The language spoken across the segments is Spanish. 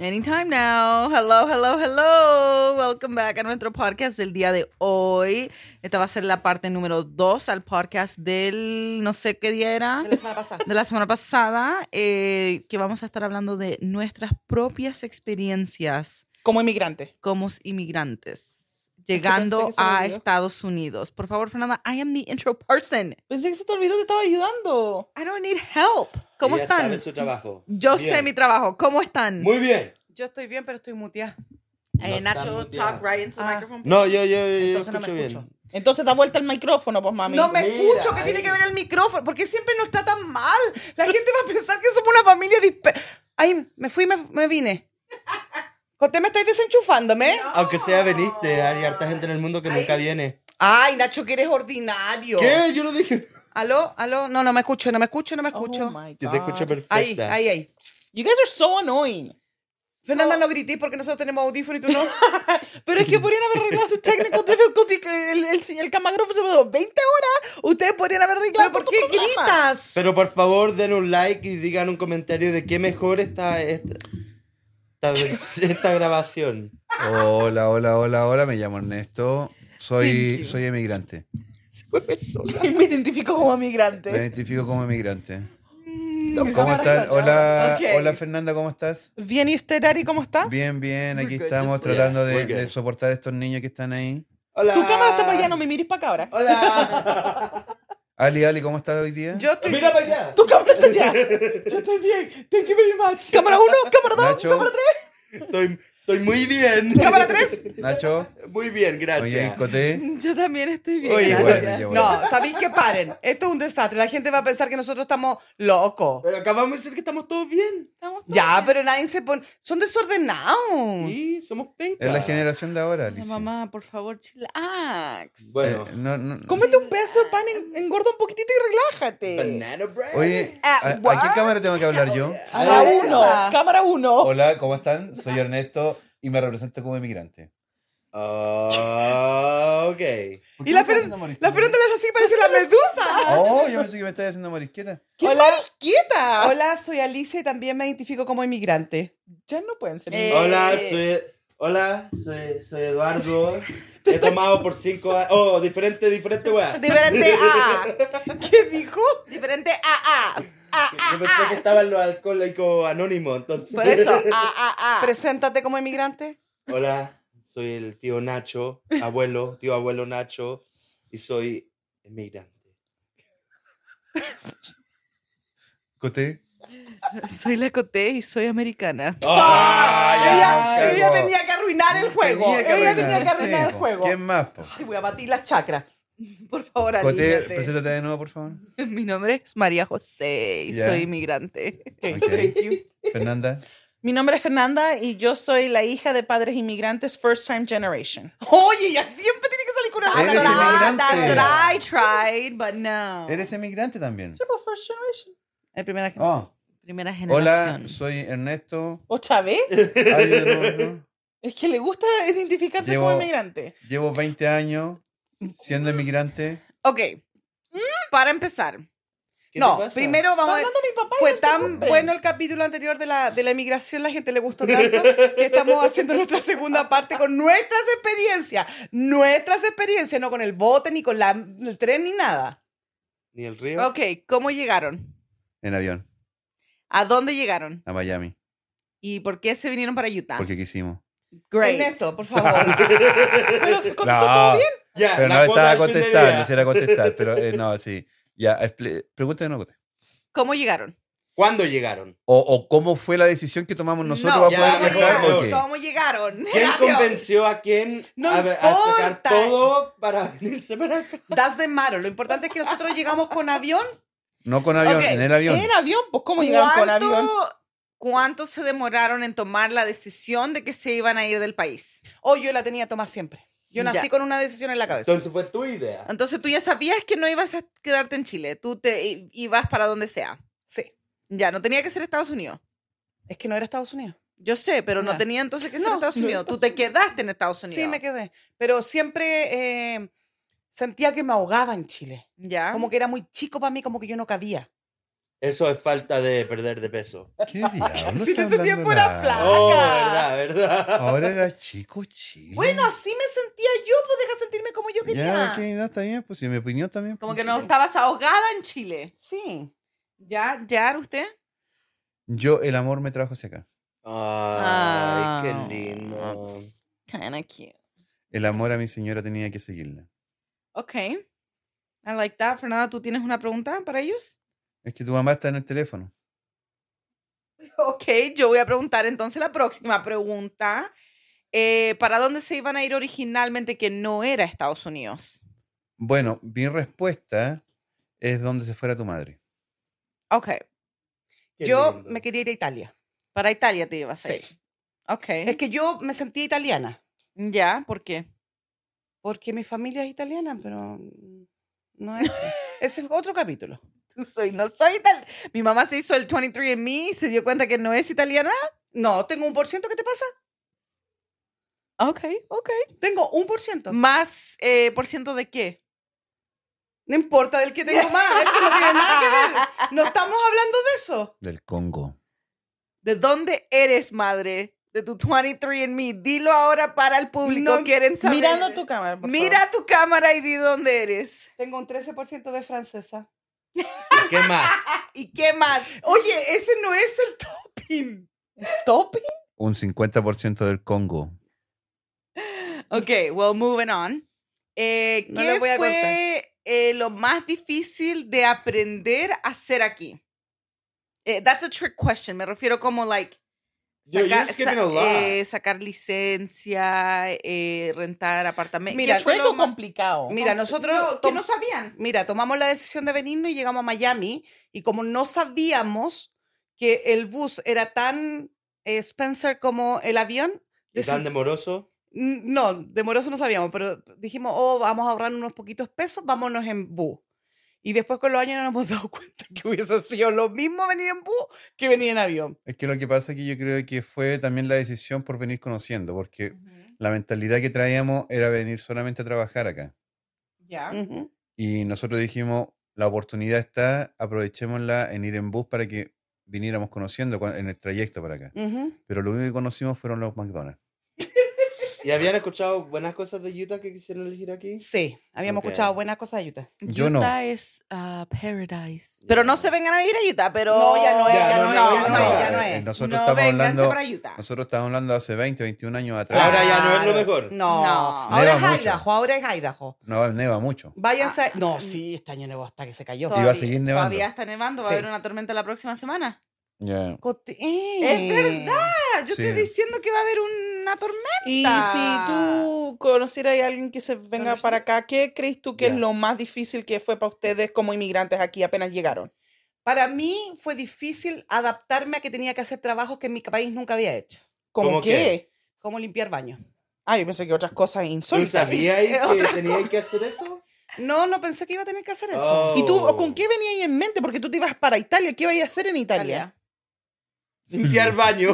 Anytime now. Hello, hello, hello. Welcome back a nuestro podcast del día de hoy. Esta va a ser la parte número dos al podcast del no sé qué día era. De la semana pasada. de la semana pasada, eh, que vamos a estar hablando de nuestras propias experiencias Como inmigrante. como inmigrantes que llegando Este pensé que se me a olvidó. Estados Unidos. Por favor, Fernanda, I am the intro person. Pensé que se te olvidó que estaba ayudando. I don't need help. ¿Cómo Ella están? sabe su trabajo. Yo Bien. sé mi trabajo. ¿Cómo están? Muy bien. Yo estoy bien, pero estoy muteada. Eh, No Nacho, están muteadas. talk right into the Ah. microphone. No, yo, yo, yo, yo Entonces no escucho me bien. escucho. Entonces da vuelta el micrófono, pues mami. No me Mira, escucho, que ahí. tiene que ver el micrófono. ¿Por qué siempre nos tratan mal? La gente va a pensar que somos una familia dispersa. Ay, me fui, me, me vine. Joté, me estáis desenchufándome. Aunque sea veniste, hay harta gente en el mundo que nunca viene. Ay, Nacho, que eres ordinario. ¿Qué? Yo no dije. ¿Aló? ¿Aló? No, no me escucho, no me escucho, no me escucho. Yo te escucho perfecta. ahí, ahí, ahí. You guys are so annoying. Fernanda, no grites porque nosotros tenemos audífono y tú no. Pero es que podrían haber arreglado sus technical difficulties. que El, el señor camarógrafo se mudó 20 horas. Ustedes podrían haber arreglado ¿Pero por tu qué programa. gritas? Pero por favor, den un like y digan un comentario de qué mejor está esta, esta, esta grabación. Hola, hola, hola, hola, me llamo Ernesto. Thank Soy, you. soy emigrante. Y me identifico como Me migrante. identifico como emigrante. ¿Cómo cámara Ah, estás? está Hola, Ok. hola Fernanda, ¿cómo estás? Bien, ¿y usted, Ari, cómo está? Bien, bien, We're aquí good, estamos just- tratando Yeah, de, we're good. de soportar a estos niños que están ahí. Hola. Tu cámara está para allá, no me mires para acá ahora. Hola. Ali, Ali, ¿cómo estás hoy día? Yo estoy. Mira para allá. Tu cámara está allá. Yo estoy bien. Thank you very much. Cámara 1, cámara 2, Nacho. cámara 3. Estoy, estoy muy bien. Cámara 3. Nacho, Muy bien, oye, gracias. Coté. Yo también estoy bien. Oye, Qué gracias. bueno, qué bueno. No, sabéis que paren. Esto es un desastre. La gente va a pensar que nosotros estamos locos. Pero acabamos de decir que estamos todos bien. Ya, pero nadie se pone. Son desordenados. Sí, somos pencas. Es la generación de ahora, Ali. Ay, sí. Mamá, por favor, chillax. Bueno. Eh, no, no- Cómete un pedazo de pan, en- engorda un poquitito y relájate. Banana bread. Oye, Ah, ¿a, a what? qué cámara tengo que hablar yo? A la Ahí 1, está. cámara 1. Hola, ¿cómo están? Soy Ernesto y me represento como emigrante. Ah, ok. Y ¿Por qué la me estás Fer- haciendo morisqueta? La Fernanda le hace así, parece la medusa. Oh, yo pensé que me estabas haciendo morisqueta. ¡Qué Hola. Ah. mariqueta! Hola, soy Alicia y también me identifico como inmigrante. Ya no pueden ser. Eh, Hola, soy, E- hola, soy, soy Eduardo. He tomado por cinco años. Oh, diferente, diferente, weá. Diferente a. ¿Qué dijo? Diferente a a. Yo pensé que estaban los alcohólicos anónimos, entonces. Por eso, a a a. Preséntate como inmigrante. Hola, soy el tío Nacho, abuelo, tío abuelo Nacho, y soy emigrante. Coté. Soy la Coté y soy americana. Ah, ella, ya, ella cagó. tenía que arruinar el juego. Tenía que ella arruinar, tenía que arruinar sí, el po. juego. ¿Quién más? po? Ay, voy a batir las chakras. Por favor, Coté, pues, alíñate. preséntate de nuevo, por favor. Mi nombre es María José y Ya. soy inmigrante. Ok. Fernanda. Mi nombre es Fernanda y yo soy la hija de padres inmigrantes first time generation. Oye, ella siempre tiene que salir con una Eres palabra. inmigrante. Ah, That's what I tried, but no. Eres emigrante también. first generation. El primer agente. Oh, Primera hola, generación. soy Ernesto. ¿Otra vez? Ay, no, no. Es que le gusta identificarse Llevo- como inmigrante. Llevo 20 años siendo emigrante. Ok. Mm, Para empezar, ¿Qué te No, pasa? primero vamos Está a ver. hablando mi papá. y Fue no tan interrumpe. bueno el capítulo anterior de la, de la emigración, la gente le gustó tanto que estamos haciendo nuestra segunda parte con nuestras experiencias. Nuestras experiencias, no con el bote, ni con la, el tren, ni nada. Ni el río. ok, ¿cómo llegaron? En avión, ¿A dónde llegaron? a Miami. ¿Y por qué se vinieron para Utah? Porque quisimos. Great. Ernesto, por favor. Pero contestó No, todo bien. Ya, Pero la no cuota estaba del fin de contestando, día. si era contestar. Pero eh, no, sí. Ya, expli- pregunta de nuevo. Coté. ¿Cómo llegaron? ¿Cuándo llegaron? O, o cómo fue la decisión que tomamos nosotros No, para poder ya, ¿cómo viajar. ya, Ok. llegaron? ¿Cómo llegaron? ¿Quién Adiós. convenció a quién No a, a sacar importa. todo para venirse para acá? Das de maro. Lo importante es que nosotros llegamos con avión. No con avión, Ok, en el avión. En avión, pues ¿cómo llegaron con avión? ¿Cuánto- ¿Cuánto se demoraron en tomar la decisión de que se iban a ir del país? Oh, yo la tenía tomada siempre. Yo nací Ya. con una decisión en la cabeza. Entonces fue tu idea. Entonces tú ya sabías que no ibas a quedarte en Chile, tú te i- ibas para donde sea. sí. Ya, no tenía que ser Estados Unidos. Es que no era Estados Unidos. Yo sé, pero no Ya. tenía entonces que ser No, Estados no, Unidos. Tú te quedaste en Estados Unidos. Sí, me quedé. Pero siempre eh, sentía que me ahogaba en Chile. Ya. Como que era muy chico para mí, como que yo no cabía. Eso es falta de perder de peso. ¿Qué diablos? Si en está ese hablando tiempo era la- flaca. Oh, verdad, verdad. Ahora era chico, chico. Bueno, así me sentía yo, pues deja sentirme como yo Ya, quería. ok, no, está bien, pues, y mi opinión también. Como pues. que no estabas ahogada en Chile. Sí. ¿Ya, ya, usted? Yo, el amor me trajo hacia acá. Ay, Ah, qué lindo. it's Kinda cute. El amor a mi señora tenía que seguirla. Ok. I like that. Fernanda, ¿tú tienes una pregunta para ellos? Es que tu mamá está en el teléfono. Ok, yo voy a preguntar entonces la próxima pregunta. Eh, ¿Para dónde se iban a ir originalmente que no era Estados Unidos? Bueno, mi respuesta es donde se fuera tu madre. Ok, Qué yo lindo. me quería ir a Italia. para Italia te ibas a ir. Sí. Ok, Eh. Es que yo me sentía italiana. ya, ¿por qué? Porque mi familia es italiana, pero no es. Ese es otro capítulo. Tú soy, no soy italiana. Mi mamá se hizo el 23andMe y se dio cuenta que no es italiana. No, tengo un por ciento. ¿Qué te pasa? Ok, ok. Tengo un por ciento. ¿Más eh, por ciento de qué? No importa del que tengo más. Eso no tiene nada que ver. No estamos hablando de eso. Del Congo. ¿De dónde eres, madre? De tu 23andMe. Dilo ahora para el público. No, Quieren saber. Mirando tu cámara, por Mira tu cámara y di dónde eres. Tengo un 13% de francesa. ¿Y ¿Qué más? ¿Y qué más? Oye, ese no es el topping. favor. Topi. Un 50% del Congo. Ok, well, moving on. Eh, No ¿Qué les voy a fue eh, lo más difícil de aprender a hacer aquí? Eh, that's a trick question. Me refiero como, like, Yo- you're saca- skipping sa- a lot. eh, sacar licencia, eh, rentar apartamento. Mira, fue lo Chueco más- complicado. Mira, nosotros. que tom- no sabían. Mira, tomamos la decisión de venirnos y llegamos a Miami. Y como no sabíamos que el bus era tan eh, Spencer como el avión, ¿Y deci- tan demoroso? N- No, demoroso no sabíamos, pero dijimos, oh, vamos a ahorrar unos poquitos pesos, vámonos en bus. Y después con los años nos hemos dado cuenta que hubiese sido lo mismo venir en bus que venir en avión. Es que lo que pasa es que yo creo que fue también la decisión por venir conociendo, porque la mentalidad que traíamos era venir solamente a trabajar acá. Ya. Ujú. Y nosotros dijimos, la oportunidad está, aprovechémosla en ir en bus para que viniéramos conociendo cua- en el trayecto para acá. Ujú. Pero lo único que conocimos fueron los McDonald's. ¿Y habían escuchado buenas cosas de Utah que quisieron elegir aquí? Sí, habíamos Ok. escuchado buenas cosas de Utah. Yo no. Utah es ah, paradise. Pero no Yeah. se vengan a ir a Utah, pero... No, ya no es, ya no es, ya no es, ya eh, no eh, es. Nosotros no estamos vénganse hablando, para Utah. nosotros estamos hablando hace 20, 21 años atrás. Ahora ya no es lo Claro. mejor. No, No. ahora Neva es mucho. Idaho, ahora es Idaho. No neva mucho. Váyanse a- Ah, No, sí, este año nevó hasta que se cayó. Todo. Todavía- seguir nevando. Todavía está nevando, va a Sí. haber una tormenta la próxima semana. Ya. Cote- Es verdad. Ah, yo Sí. estoy diciendo que va a haber una tormenta. Y si Ta. tú conocieras a alguien que se venga ¿Conocí? para acá, ¿qué crees tú que Ya. es lo más difícil que fue para ustedes como inmigrantes aquí apenas llegaron? Para mí fue difícil adaptarme a que tenía que hacer trabajos que en mi país nunca había hecho, ¿Cómo, ¿Cómo qué? qué? como limpiar baños. Ah, yo pensé que otras cosas ¿Tú insólitas. sabías Es que teníais que hacer eso? No, no pensé que iba a tener que hacer eso. Oh. ¿Y tú o con qué venías ahí en mente? Porque tú te ibas para Italia. ¿Qué vayas a hacer en Italia? Limpiar baño.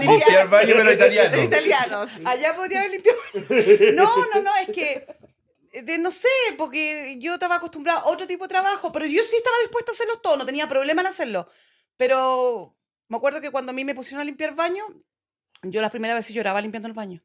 Limpiar baño, pero Los italiano. italianos. Allá podría haber limpiado. No, no, no, es que. eh, de- no sé, porque yo estaba acostumbrada a otro tipo de trabajo, pero yo sí estaba dispuesta a hacerlo todo, no tenía problema en hacerlo. Pero me acuerdo que cuando a mí me pusieron a limpiar baño, yo las primeras veces lloraba limpiando el baño.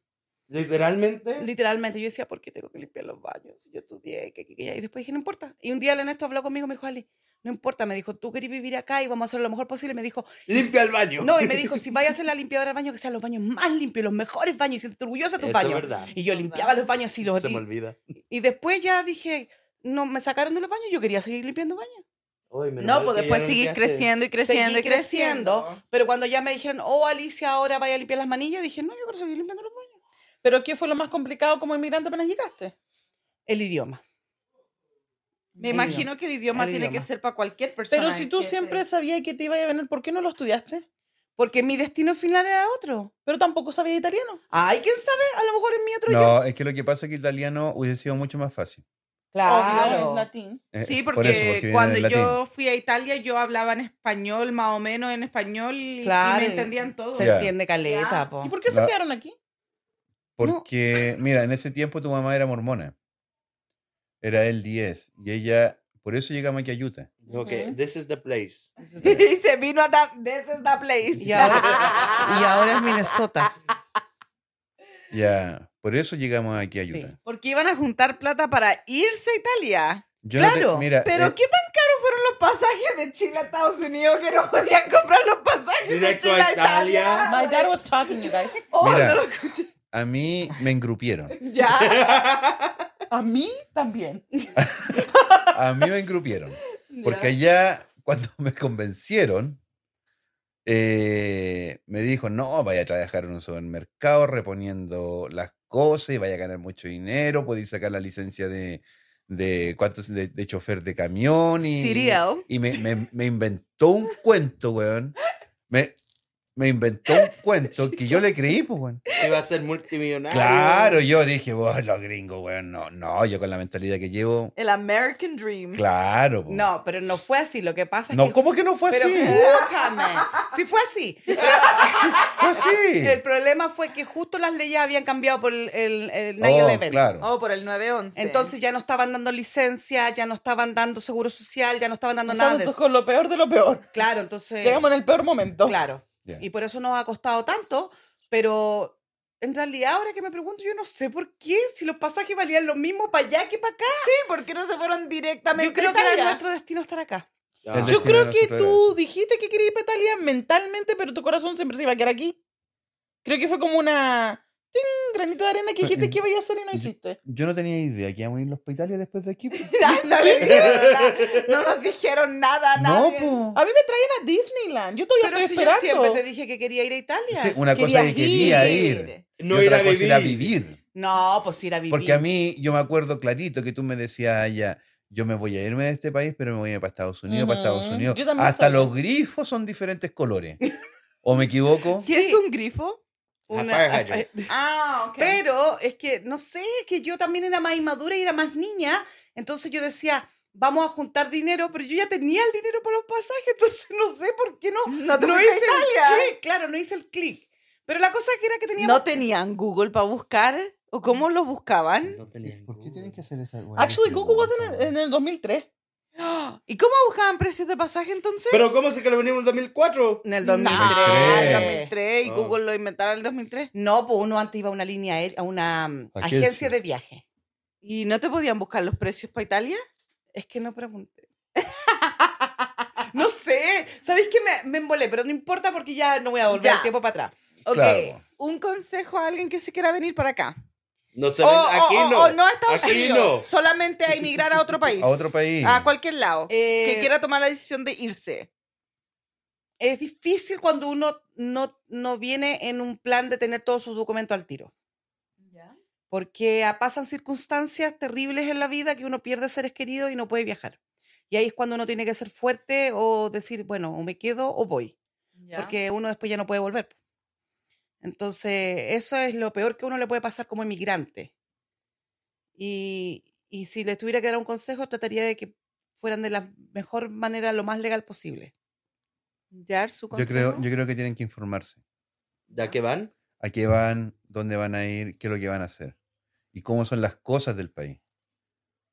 Literalmente. Literalmente, yo decía, ¿por qué tengo que limpiar los baños? Si yo estudié, que, que, que". y después dije, no importa. Y un día el Ernesto habló conmigo, me dijo, Ali, no importa, me dijo, tú querés vivir acá y vamos a hacer lo mejor posible. Me dijo, Limpia el baño. no, y me dijo, si vayas a hacer la limpiadora del baño, que sean los baños más limpios, los mejores baños, y siéntete orgullosa de tus Eso baños. es verdad. Y yo ¿Verdad? limpiaba los baños así, los Se me y- olvida. Y después ya dije, no, me sacaron de los baños, yo quería seguir limpiando baños. Ay, menos No, mal pues que ya después no sigues limpiaste. creciendo y creciendo Seguí y creciendo. Pero cuando ya me dijeron, oh, Alicia, ahora vaya a limpiar las manillas, dije, no, yo quiero seguir limpiando los baños. ¿Pero qué fue lo más complicado como inmigrante apenas llegaste? El idioma. Me imagino que el idioma El tiene que idioma. ser para cualquier persona. Pero si tú que se- siempre sabías que te ibas a venir, ¿por qué no lo estudiaste? Porque mi destino final era otro. Pero tampoco sabías italiano. Ay, ¿quién sabe? A lo mejor es mi otro yo. No, es que lo que pasa es que italiano hubiese sido mucho más fácil. Obvio, es Claro. latín. Eh, Sí, por porque, eso, viene cuando del latín. yo fui a Italia yo hablaba en español, más o menos en español, y- Claro, y y- me entendían todo. Se Ya. entiende caleta, Ya. po. ¿Y por qué se No. quedaron aquí? No. Porque, mira, en ese tiempo tu mamá era mormona. Era el 10. Y ella, Por eso llegamos aquí a Utah. Ok, this is the place. y se vino a dar, this is the place. Y ahora, y ahora es Minnesota. Ya, por eso llegamos aquí a Utah. Porque iban a juntar plata para irse a Italia. Yo no te- Claro, mira, Pero eh, ¿qué tan caros fueron los pasajes de Chile a Estados Unidos que no podían comprar los pasajes de Directo Chile a a Italia? Italia. My dad was talking, you guys. Oh, Mira. no lo escuché. a mí me engrupieron. Ya, A mí también. A mí me engrupieron. Porque allá, cuando me convencieron, eh, me dijo, no, vaya a trabajar en un supermercado reponiendo las cosas y vaya a ganar mucho dinero, podéis sacar la licencia de, de, ¿cuántos? de, de chofer de camión y... Cereal. Y me, me- me inventó un cuento, weón. Me, me inventó un cuento que yo le creí, pues, weón. Iba a ser multimillonario. Claro, yo dije, "Buah, los gringos, weón, no, no, yo con la mentalidad que llevo, El American Dream. claro, po. No, pero no fue así. Lo que pasa es No, que. ¿cómo que no fue Pero así? escúchame. Sí fue así. Fue así. El problema fue que justo las leyes habían cambiado por el, el, el Oh, 9-11. claro. Oh, por el 911. Entonces ya no estaban dando licencia, ya no estaban dando seguro social, ya no estaban dando nada de Estamos eso. con lo peor de lo peor. Claro, entonces. Llegamos en el peor momento. Claro. Ya. Y por eso nos ha costado tanto, pero en realidad ahora que me pregunto, yo no sé por qué, si los pasajes valían lo mismo para allá que para acá. ¿por qué no se fueron directamente Yo creo que era nuestro destino estar acá. Ah, El Yo destino creo de que nosotros tú dijiste que querías ir para Italia mentalmente, pero tu corazón siempre se iba a quedar aquí. Creo que fue como una... ¡ting! granito de arena que Pero- dijiste que iba a hacer y no Yo- hiciste. Yo no tenía idea que íbamos a ir los Italia después de aquí. po. No, les dijeron nada. No nos dijeron nada a no, pues, nadie. po. A mí me traían a Disneyland. Yo todavía Pero estoy si yo esperando. siempre te dije que quería ir a Italia. Sí, una cosa que quería Querías ir. No y ir otra a cosa vivir. era vivir. No, pues ir a vivir. Porque a mí, yo me acuerdo clarito que tú me decías allá, yo me voy a irme de este país, pero me voy a ir para Estados Unidos, para Estados Ujú. Unidos. Yo también Hasta sabía. los grifos son diferentes colores. ¿O me equivoco? ¿Qué es un grifo? Una- fire hydrant. Ah, ok. Pero es que, no sé, es que yo también era más inmadura y era más niña. Entonces yo decía, vamos a juntar dinero, pero yo ya tenía el dinero para los pasajes, entonces no sé por qué no. no, te no fuiste a hice el Italia. clic, claro, no hice el clic. Pero la cosa que era que teníamos ¿No tenían Google para buscar? ¿O cómo lo buscaban? No tenía ¿Por qué tienen que hacer esa weá? Actually, Yo Google wasn't tampoco. en, en el 2003. ¿Y cómo buscaban precios de pasaje entonces? Pero ¿cómo se que lo venimos en el 2004? en el Ah, el 2003. 2003 y Ah. Google lo inventaron en el 2003. No, pues uno antes iba a una línea aérea- a una mm, Agencia. agencia, de viaje. ¿Y no te podían buscar los precios para Italia? Es que no pregunté. no sé, ¿sabéis que me, me embolé? Pero no importa porque ya no voy a volver Ya. el tiempo para atrás. Ok. Claro. Un consejo a alguien que se quiera venir para acá. Oh, No se O, ven- o- aquí o- no. o no a Estados Aquí Unidos. no. Solamente a emigrar a otro país. A otro país. Ah, A cualquier lado. Eh, que quiera tomar la decisión de irse. es difícil cuando uno no, no viene en un plan de tener todos sus documentos al tiro. Porque ah, pasan circunstancias terribles en la vida que uno pierde seres queridos y no puede viajar. Y ahí es cuando uno tiene que ser fuerte o decir, bueno, o me quedo o voy. Porque uno después ya no puede volver. Entonces, eso es lo peor que uno le puede pasar como inmigrante. Y, y si les tuviera que dar un consejo, trataría de que fueran de la mejor manera, lo más legal posible. Yar, su Yo consejo. creo, yo creo que tienen que informarse. ¿De qué van? ¿A qué van? ¿Dónde van a ir? ¿Qué es lo que van a hacer? ¿Y cómo son las cosas del país?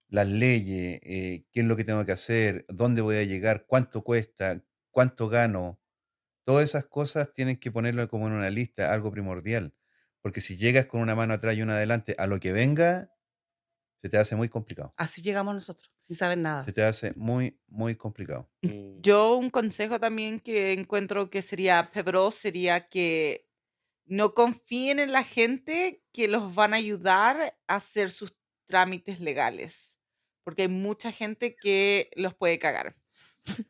Las leyes, eh, qué es lo que tengo que hacer, dónde voy a llegar, cuánto cuesta, cuánto gano. Todas esas cosas tienen que ponerlo como en una lista, algo primordial. Porque si llegas con una mano atrás y una adelante a lo que venga, se te hace muy complicado. Así llegamos nosotros, sin saber Ah. nada. Se te hace muy, muy complicado. Mm, Yo un consejo también que encuentro que sería pebro sería que no confíen en la gente que los van a ayudar a hacer sus trámites legales, porque hay mucha gente que los puede cagar.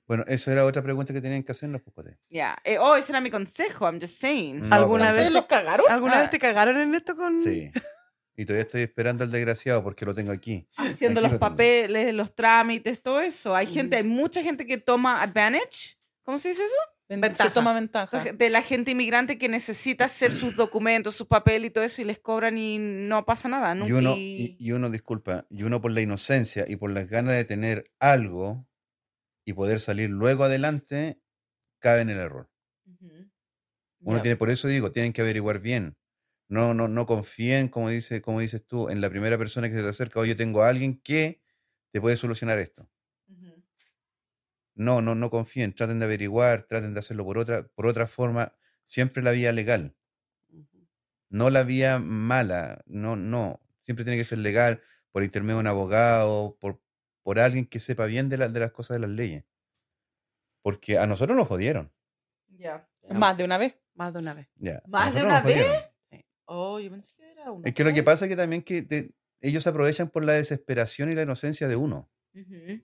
Bueno, eso era otra pregunta que tenían que hacernos, pues, Cote. Ya, Eh, oh, ese era mi consejo, I'm just saying. Mm, No, ¿Alguna pero- vez? ¿Ustedes los cagaron? ¿Alguna Ah. vez te cagaron en esto con...? Sí. Y todavía estoy esperando al desgraciado porque lo tengo aquí. Haciendo Aquí los lo tengo. papeles, los trámites, todo eso. Hay gente, hay mucha gente que toma advantage, ¿cómo se dice eso? Ventaja. Se toma ventaja. Pues, de la gente inmigrante que necesita hacer sus documentos, sus papeles y todo eso, y les cobran y no pasa nada. Y nunca- uno, y- y, y uno, disculpa, y uno por la inocencia y por las ganas de tener algo y poder salir luego adelante, cae en el error. Ujú. Uno tiene, por eso digo, tienen que averiguar bien. No, no, no confíen, como, dice, como dices tú, en la primera persona que se te acerca. O yo tengo a alguien que te puede solucionar esto. No, no, no confíen, traten de averiguar, traten de hacerlo por otra, por otra forma, siempre la vía legal, no la vía mala, no, no, siempre tiene que ser legal, por intermedio de un abogado, por, por alguien que sepa bien de, la- de las cosas de las leyes. Porque a nosotros nos jodieron. Ya. Ah. Más de una vez. Más de una vez. Ya, a ¿Más de nosotros una nos jodieron. Oh, yo pensé que era uno. Es que lo que pasa es que también que te- ellos se aprovechan por la desesperación y la inocencia de uno. Ujú.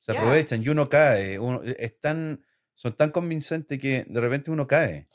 Se Ya. aprovechan y uno cae. uno- e, es tan- son tan convincentes que de repente uno cae.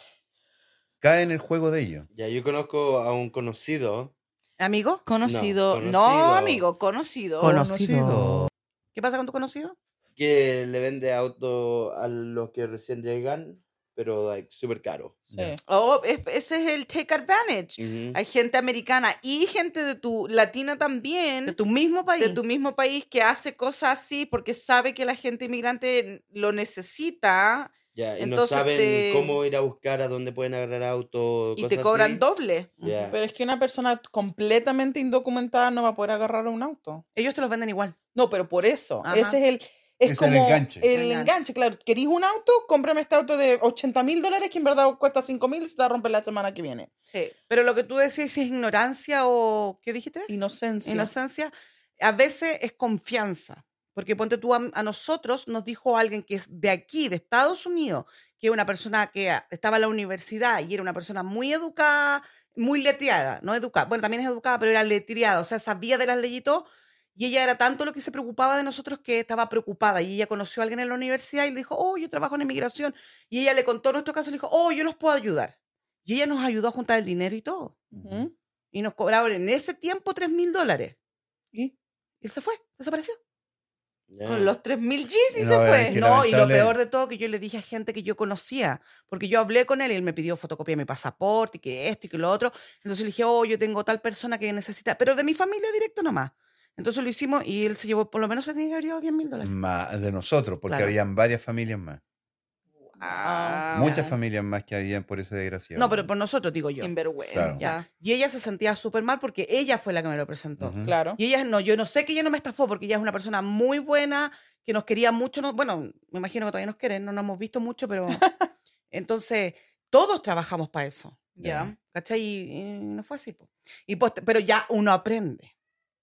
Cae en el juego de ellos. Ya, yo conozco a un conocido. ¿Amigo? Conocido. No, No, amigo, conocido. Cono- Conocido. ¿Qué pasa con tu conocido? que le vende auto a los que recién llegan, pero like, súper caro. Ya. Oh, es- ese es el take advantage. Ujú. Hay gente americana y gente de tu latina también. De tu mismo país. Mm. de tu mismo país que hace cosas así porque sabe que la gente inmigrante lo necesita Ya, y no Entonces saben te- cómo ir a buscar a dónde pueden agarrar auto. y te cosas cobran así. doble. Ya. Pero es que una persona completamente indocumentada no va a poder agarrar un auto. Ellos te los venden igual. No, pero por eso. Ajá. Ese es el. Ese Es es el como enganche. el El enganche. enganche, claro. ¿Querís un auto? Cómprame este auto de 80 mil dólares que en verdad cuesta 5 mil y se te va a romper la semana que viene. Sí. Pero lo que tú decís si es ignorancia o... ¿Qué dijiste? Inocencia. Inocencia. A veces es confianza. Porque ponte tú a, a nosotros, nos dijo alguien que es de aquí, de Estados Unidos, que una persona que a- estaba en la universidad y era una persona muy educada, muy letreada, no educada, bueno, también es educada, pero era letreada, o sea, sabía de las leyes y todo, y ella era tanto lo que se preocupaba de nosotros que estaba preocupada, y ella conoció a alguien en la universidad y le dijo, oh, yo trabajo en inmigración, y ella le contó nuestro caso y le dijo, oh, yo los puedo ayudar. Y ella nos ayudó a juntar el dinero y todo, Ujú. Ujú. y nos cobraron en ese tiempo 3 mil dólares. ¿Y? Y él se fue, desapareció. Ya. Con los 3000 G's y No, se es fue. que- No, y lo lamentable. peor de todo que yo le dije a gente que yo conocía, porque yo hablé con él y él me pidió fotocopia de mi pasaporte y que esto y que lo otro. Entonces le dije, oh, yo tengo tal persona que necesita, pero de mi familia directo nomás. Entonces lo hicimos y él se llevó, por lo menos se tenía que haber llevado 10 mil dólares. Más de nosotros, porque Claro. habían varias familias más. Ah, Muchas familias más que habían por ese desgraciado. No, pero por nosotros, digo yo. Sinvergüenza. Ya. Y ella se sentía súper mal porque ella fue la que me lo presentó. Ujú. Claro. Y ella, no, yo no sé que ella no me estafó porque ella es una persona muy buena, que nos quería mucho. no- bueno, me imagino que todavía nos quieren, no nos hemos visto mucho, pero. Entonces, todos trabajamos para eso. Ya. ¿Cachai? Y, y no fue así. po. Y post- pero ya uno aprende.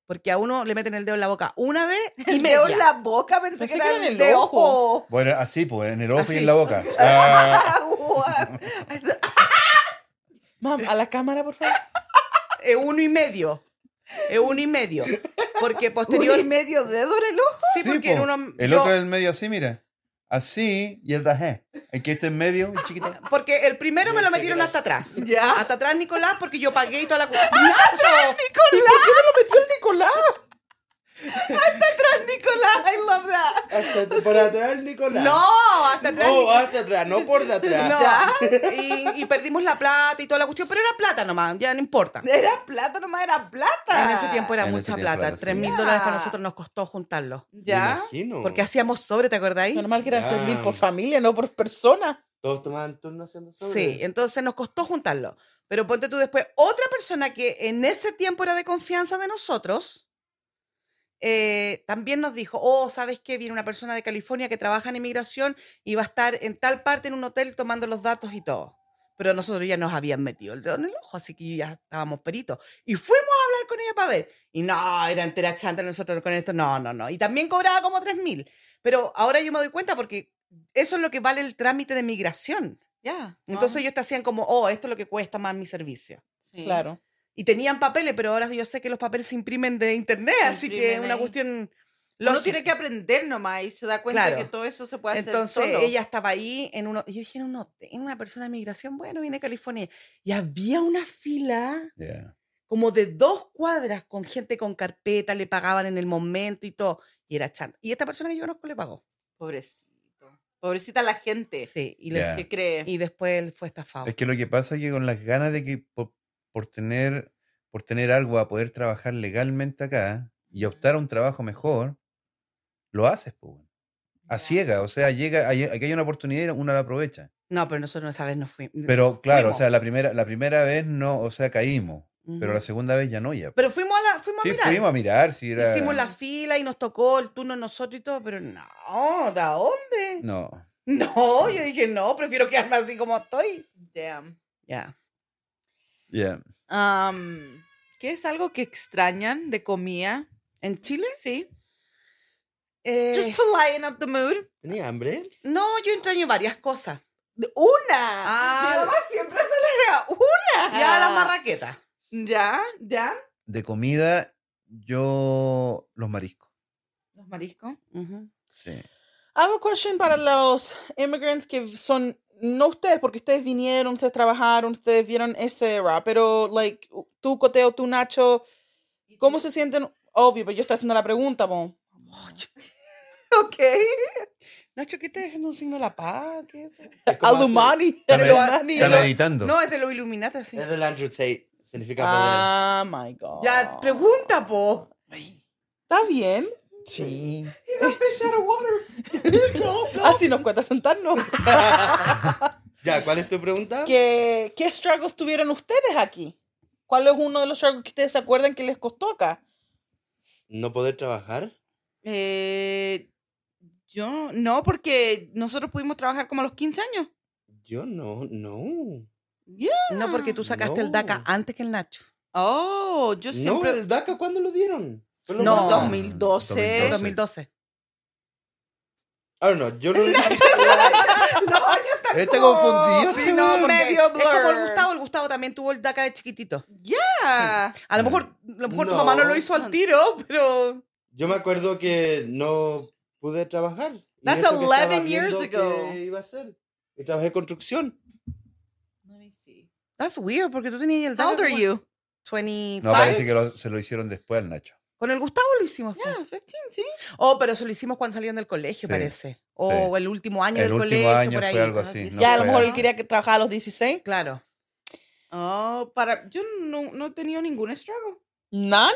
Porque a uno le meten el dedo en la boca una vez y El media. dedo en la boca, pensé, Pensé que que era era en el el de ojo. ojo. Bueno, así, pues, en el ojo y Así. en la boca. Ah, Agua. Mam, a la cámara, por favor. Es uno y medio. Es uno y medio. Porque Uno posterior. y medio dedo en el ojo. Sí, sí, porque po. en uno. el yo- otro en el medio así, mira. Así y el rajé. El que está en medio, el chiquito. Porque el primero me lo Dice que metieron era hasta atrás. Ya. Hasta atrás, Nicolás, porque yo pagué y toda la. cu- ¡Nacho! Nicolás, I love that. Hasta t- por atrás, Nicolás. ¡No! Hasta atrás. No, Nicolás. Oh, hasta atrás, no por detrás. No. Ya. Y, y perdimos la plata y toda la cuestión, pero era plata nomás, ya no importa. Era plata, nomás era plata. En ese tiempo era En ese mucha tiempo era plata. así. Tres mil dólares para Ya. nosotros nos costó juntarlo. Ya. Me imagino. Mm. Porque hacíamos sobre, ¿te acordáis? Normal que eran Ya. 3 mil por familia, no por persona. Todos tomaban turno haciendo sobre. Sí, entonces nos costó juntarlo. Pero ponte tú después, otra persona que en ese tiempo era de confianza de nosotros, eh, también nos dijo, oh, ¿sabes qué? Viene una persona de California que trabaja en inmigración y va a estar en tal parte en un hotel tomando los datos y todo. Pero nosotros ya nos habían metido el dedo en el ojo, así que ya estábamos peritos. Y fuimos a hablar con ella para ver. Y no, era entera chanta nosotros con esto. No, no, no. Y también cobraba como 3 mil. Pero ahora yo me doy cuenta porque eso es lo que vale el trámite de migración. Ya. Ah, Entonces ellos te hacían como, oh, esto es lo que cuesta más mi servicio. Sí. Claro. Y tenían papeles, pero ahora yo sé que los papeles se imprimen de internet, Se así que es imprimen una ahí. cuestión... Uno lógica. tiene que aprender nomás y se da cuenta Claro. que todo eso se puede hacer Entonces solo. ella estaba ahí en uno... Y yo dije, no, en una persona de migración, bueno, viene de California. Y había una fila Ya. como de dos cuadras con gente con carpeta, le pagaban en el momento y todo. Y era chan. Y esta persona que yo conozco le pagó. Pobrecito. Pobrecita la gente Sí, y, le- Ya. que cree. y después él fue estafado. Es que lo que pasa es que con las ganas de que por, por tener por tener algo a poder trabajar legalmente acá y optar a un trabajo mejor, lo haces, pues. weón. A Ya. ciega, o sea, llega, hay- aquí hay una oportunidad y uno la aprovecha. No, pero nosotros esa vez no fuimos. Pero claro, fuimos. o sea, la primera, la primera vez no, o sea, caímos. Pero la segunda vez ya no, ya. Pero fuimos a, la, fuimos a Sí, mirar. fuimos a mirar si era. Hicimos la fila y nos tocó el turno a nosotros y todo, pero no, ¿da dónde? No. No, yo dije, no, prefiero quedarme así como estoy. Damn. Ya. Ya. Am, ¿Qué es algo que extrañan de comida? ¿En Chile? Sí. Eh, Just to lighten up the mood. ¿Tenía hambre? No, yo extraño varias cosas. Una. Ah. Mi mamá Ah. siempre se larga. Una. Ya la marraqueta. Ya, ya. De comida, yo. Los mariscos. Los mariscos. Sí. I have a question para los immigrants que son, no ustedes, porque ustedes vinieron, ustedes trabajaron, ustedes vieron ese era, pero, like, u- tú, Coteo, tú, Nacho, ¿cómo se sienten? Obvio, pero yo estoy haciendo la pregunta, mo. Ok. Nacho, ¿qué te haciendo un signo de la paz? ¿Qué es eso? Alumani. Dame- Alumani. Están editando. No, es de los Illuminati, sí. Es Eh, del Andrew Tate. Significa poder. Ah, my God. Ya, pregunta, po. ¿Está bien? Sí. Así nos cuesta sentarnos. Ya, ¿cuál es tu pregunta? ¿Qué, ¿Qué struggles tuvieron ustedes aquí? ¿Cuál es uno de los struggles que ustedes se acuerdan que les costó acá? No poder trabajar. Eh, yo no, porque nosotros pudimos trabajar como a los 15 años. Yo no, no. No, porque tú sacaste el No. DACA antes que el Nacho. Oh, yo No, siempre. el DACA, ¿cuándo lo dieron? Fue lo No. más- 2012. En 2012. 2012. I don't know, Ah, yo lo Este confundido. Sí, no, porque Medio es como el blur. Gustavo. El Gustavo también tuvo el DACA de chiquitito. Ah, A lo mejor, Eh, a lo mejor tu No. mamá no lo hizo al tiro, pero... Yo me acuerdo que no pude trabajar. Y That's eso que estaba 11 years viendo ago. que iba a hacer. Y trabajé en construcción. Let me see. That's weird, porque tú tenías el DACA How old are como you? 25. No, parece que lo- se lo hicieron después al Nacho. Con el Gustavo lo hicimos. po. Yeah, 15, sí. Oh, pero eso lo hicimos cuando salían del colegio, Sí, parece. O el último año El del último colegio, año por ahí. fue algo ¿no? así. Dice- no ya, a lo fue mejor él antes. quería que trabajara a los 16. Claro. Oh, para. Yo no, no he tenido ningún struggle. ¿Nan?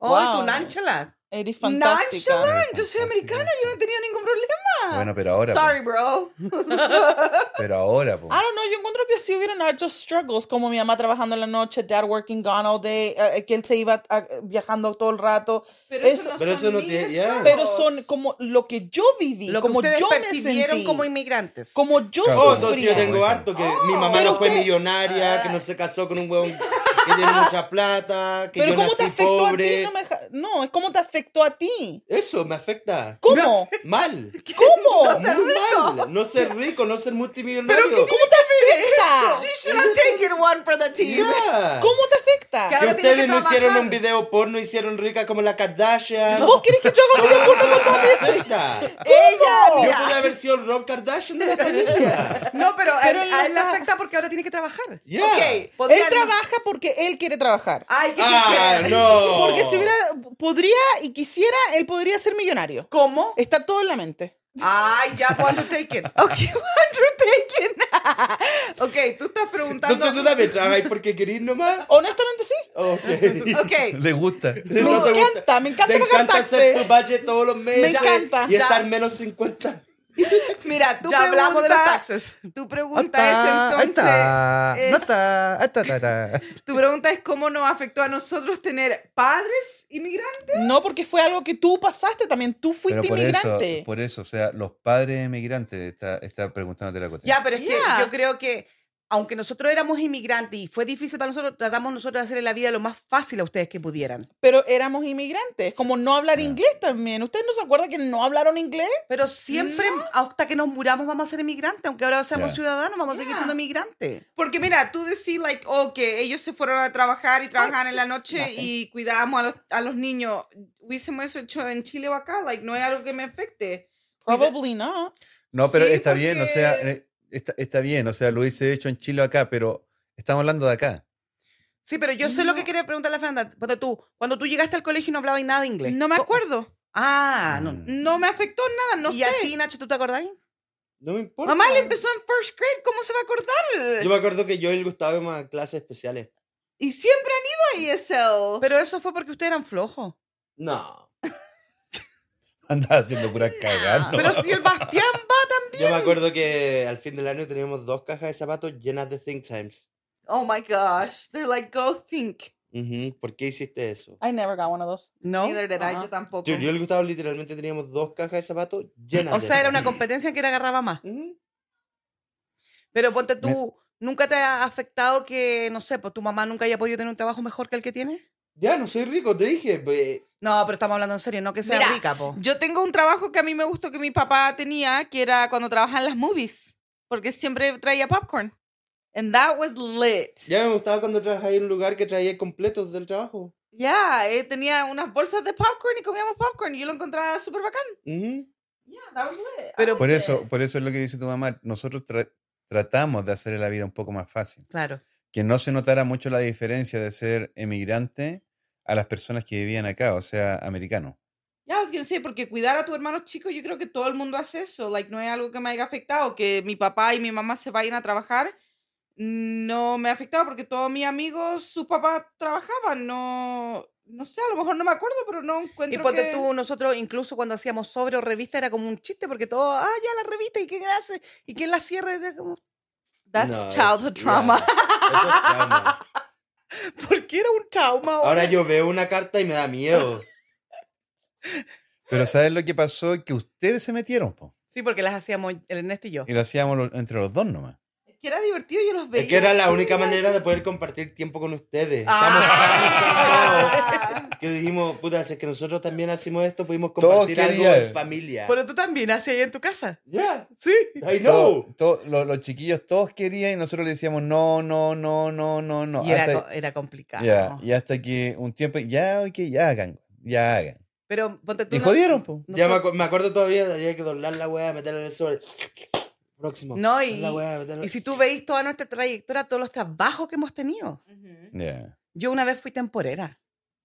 Oh, y Wow. tu nánchala. Eres fantástica. Nacho. Yo soy americana, yo no he tenido ningún problema. Bueno, pero ahora. po, Sorry, bro. Pero ahora, pues. po. I don't know, yo encuentro que sí hubieron hartos struggles, como mi mamá trabajando en la noche, dad working gone all day, eh, que él se iba ah, viajando todo el rato. Pero Eso- pero eso son no mis tiene- ya. Pero struggles. son como lo que yo viví, Lo que como ustedes yo me percibieron sentí, como inmigrantes. como yo Claro. Oh, entonces sufría. yo tengo harto que mi mamá Pero no fue usted- millonaria, que no se casó con un huevón que tiene mucha plata, que Pero yo ¿cómo te nací afectó a ti? pobre. No, me deja- no, es cómo te afectó a ti. Eso me afecta. ¿Cómo? Mal. ¿Cómo? Muy mal. No ser rico, no ser multimillonario. ¿Pero qué- cómo te Ah. afecta? She should have taken one for the team. Yeah. ¿Cómo te afecta? ¿Qué- Que Ahora tiene ustedes que no hicieron trabajar. un video porno, hicieron rica como la Kardashian. ¿Vos querés que yo haga Ah. un video porno? Afecta. ¿Cómo? Yo pude haber sido el Rob Kardashian de la familia. No, pero, a- Pero a, él él no le está- afecta porque ahora tiene que trabajar. Yeah. Ok, podría- Él trabaja porque él quiere trabajar. Ay, ¿qué Ah, quiere? no. Porque si hubiera, podría y quisiera, él podría ser millonario. ¿Cómo? Está todo en la mente. Ay, ya, cuando taken. Okay, undertaken. ok, tú estás preguntando. Entonces tú también trabajas porque querís nomás. Honestamente sí. Ok. Ok, Le gusta. Me No te gusta. encanta, me encanta Te pagar encanta hacer tu taxes. budget todos los meses. encanta. Y Ya. estar menos 50. mira, tú ya hablamos de los pregunta- taxes. Tu pregunta es entonces. es- Tu pregunta es cómo nos afectó a nosotros tener padres inmigrantes. No, porque fue algo que tú pasaste también. Tú Pero fuiste por eso, inmigrante. por eso, o sea, los padres emigrantes, está, está preguntándote la cosa. Ya, pero es Yeah. que yo creo que, aunque nosotros éramos inmigrantes y fue difícil para nosotros, tratamos nosotros de hacerle la vida lo más fácil a ustedes que pudieran. Pero éramos inmigrantes. Como no hablar Ah. inglés también. ¿Ustedes no se acuerdan que no hablaron inglés? Pero siempre, hasta que nos muramos, vamos a ser inmigrantes. Aunque ahora seamos Ya. ciudadanos, vamos a seguir Ya. siendo inmigrantes. Porque mira, tú decís, like, oh, que ellos se fueron a trabajar y trabajaban en la noche y cuidábamos a los, a los niños. Hubiésemos eso hecho en Chile o acá, like, no es algo que me afecte. Probably not. No, pero Sí, está bien, o sea, porque- eh, está, está bien, o sea, lo hubiese hecho en Chile o acá, pero estamos hablando de acá. Sí, pero yo sé lo que quería preguntarle a Fernanda. Cuando tú, cuando tú llegaste al colegio y no hablabas nada de inglés. No me Co- acuerdo. Ah, no. Mm. No me afectó nada, no ¿Y sé. a ti, Nacho, tú te acordás? No me importa. Mamá le empezó en first grade, ¿cómo se va a acordar? Yo me acuerdo que yo y el Gustavo íbamos a clases especiales. Y siempre han ido a ESL. Pero eso fue porque ustedes eran flojos. No. Andaba haciendo puras cagar, ¿no? Pero si el Bastián va también. Yo me acuerdo que al fin del año teníamos dos cajas de zapatos llenas de Think Times. Oh my gosh. They're like, go think. Ujú, ¿Por qué hiciste eso? I never got one of those. No. Neither did I, Ajá. yo tampoco. Yo, yo y el Gustavo literalmente teníamos dos cajas de zapatos llenas O de sea, era una zapatos. competencia en que le agarraba más. Ujú. Pero ponte tú, ¿nunca te ha afectado que, no sé, pues tu mamá nunca haya podido tener un trabajo mejor que el que tiene? Ya, no soy rico, te dije. pues, No, pero estamos hablando en serio, no que sea Mira, rica, po. Yo tengo un trabajo que a mí me gustó que mi papá tenía, que era cuando trabajaba en las movies, porque siempre traía popcorn. And that was lit. ya me gustaba cuando trabajaba en un lugar que traía completos del trabajo. Ya, eh, tenía unas bolsas de popcorn y comíamos popcorn. y Yo lo encontraba súper bacán. Ujú. Pero- Por eso, por eso es lo que dice tu mamá. Nosotros tra- tratamos de hacer la vida un poco más fácil. Claro. que no se notara mucho la diferencia de ser emigrante a las personas que vivían acá, o sea, americanos. Ya, es que sé, porque cuidar a tu hermano chico, yo creo que todo el mundo hace eso. Like, no es algo que me haya afectado, que mi papá y mi mamá se vayan a trabajar. No me ha afectado porque todos mis amigos, sus papás trabajaban. No, no sé, a lo mejor no me acuerdo, pero no Y encuentro ponte que... tú, nosotros incluso cuando hacíamos sobre o revista era como un chiste porque todo, ah, ya la revista y quién hace y quién la cierra. Era como, That's No, es- childhood ya, trauma. eso es trauma. ¿por qué era un trauma? Ah. Ahora yo veo una carta y me da miedo. Pero ¿sabes lo que pasó? Que ustedes se metieron, po, Sí, porque las hacíamos el Ernesto y yo. y lo hacíamos lo- entre los dos nomás. Es que era divertido, yo los veía. Es que era la así, única like, manera de poder compartir tiempo con ustedes. Estamos tan conectados Ah. que dijimos, puta, si es que nosotros también hacemos esto, pudimos Todos compartir algo en querían. familia. Pero tú también hacías ahí en tu casa. Ya, Sí. I Todo- know. todo- lo- los chiquillos todos querían y nosotros le decíamos no, no, no, no, no, no. y era, hasta- co- era complicado. ya, y hasta que un tiempo, ya, ok, ya hagan, ya hagan. Pero ponte tú. Y no- jodieron, po. no ya sé- me, acu- me acuerdo todavía, había que doblar la weá, meterla en el sol. Próximo. No, doblar y- la weá, meterla- Y si tú veis toda nuestra trayectoria, todos los trabajos que hemos tenido. Ujú. Ya. Yo una vez fui temporera.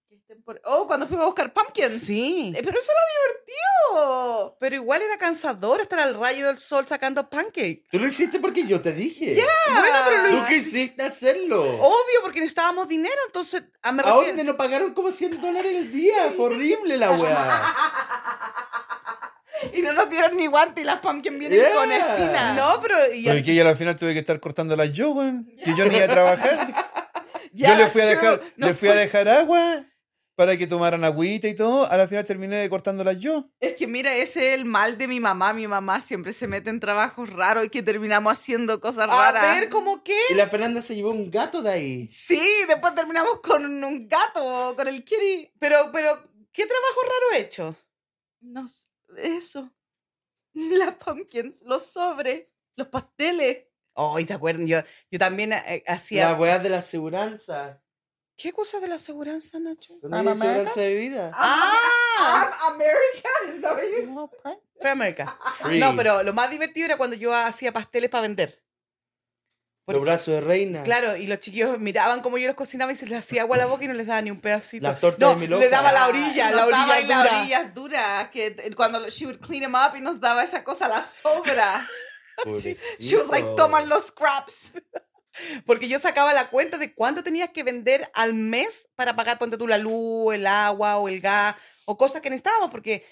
Que estén por- Oh, cuando fuimos a buscar pumpkins. Sí. Eh, Pero eso era divertido. Pero igual era cansador estar al rayo del sol sacando pancake. Tú lo hiciste porque yo te dije. Bueno, pero lo Tú hice- quisiste hacerlo. Oh, Obvio, porque necesitábamos dinero, entonces... A me ¿A refiero- dónde nos pagaron como 100 dólares el día? Fue horrible la weá. Y no nos dieron ni guante y las pumpkins vienen Yeah. con espinas. No, pero... y- Pero que yo al final tuve que estar cortando las yo, weón, que yo ni iba a trabajar. Ya, yo le fui, a true. dejar, No, le fui a dejar agua para que tomaran agüita y todo. A la final terminé de cortándolas yo. Es que mira, ese es el mal de mi mamá. Mi mamá siempre se mete en trabajos raros y que terminamos haciendo cosas A raras. ver, ¿cómo qué? Y la Fernanda se llevó un gato de ahí. Sí, después terminamos con un gato, con el kitty. Pero, pero, ¿qué trabajo raro he hecho? No, sé, eso. Las pumpkins, los sobres, los pasteles. Ay, ¿te acuerdas? Yo, yo también eh, hacía... La weá de la aseguranza. ¿Qué cosas de la aseguranza, Nacho? ¿Dónde hay America? aseguranza de vida? ¡Ah! I'm America, is that what you- No, pues. pray. Pre-America. Free. No, pero lo más divertido era cuando yo hacía pasteles para vender. Los brazos de reina. Claro, y los chiquillos miraban como yo los cocinaba y se les hacía agua a la boca y no les daba ni un pedacito. Las tortas no, de mi loca. le daba la orilla, Ah, la nos daba orilla en dura. La orilla dura, que eh, cuando she would clean them up y nos daba esa cosa, la sobra. She was like, Pobrecito. toman los scraps. Porque yo sacaba la cuenta de cuánto tenías que vender al mes para pagar, ponte tú, la luz, el agua o el gas o cosas que necesitábamos, porque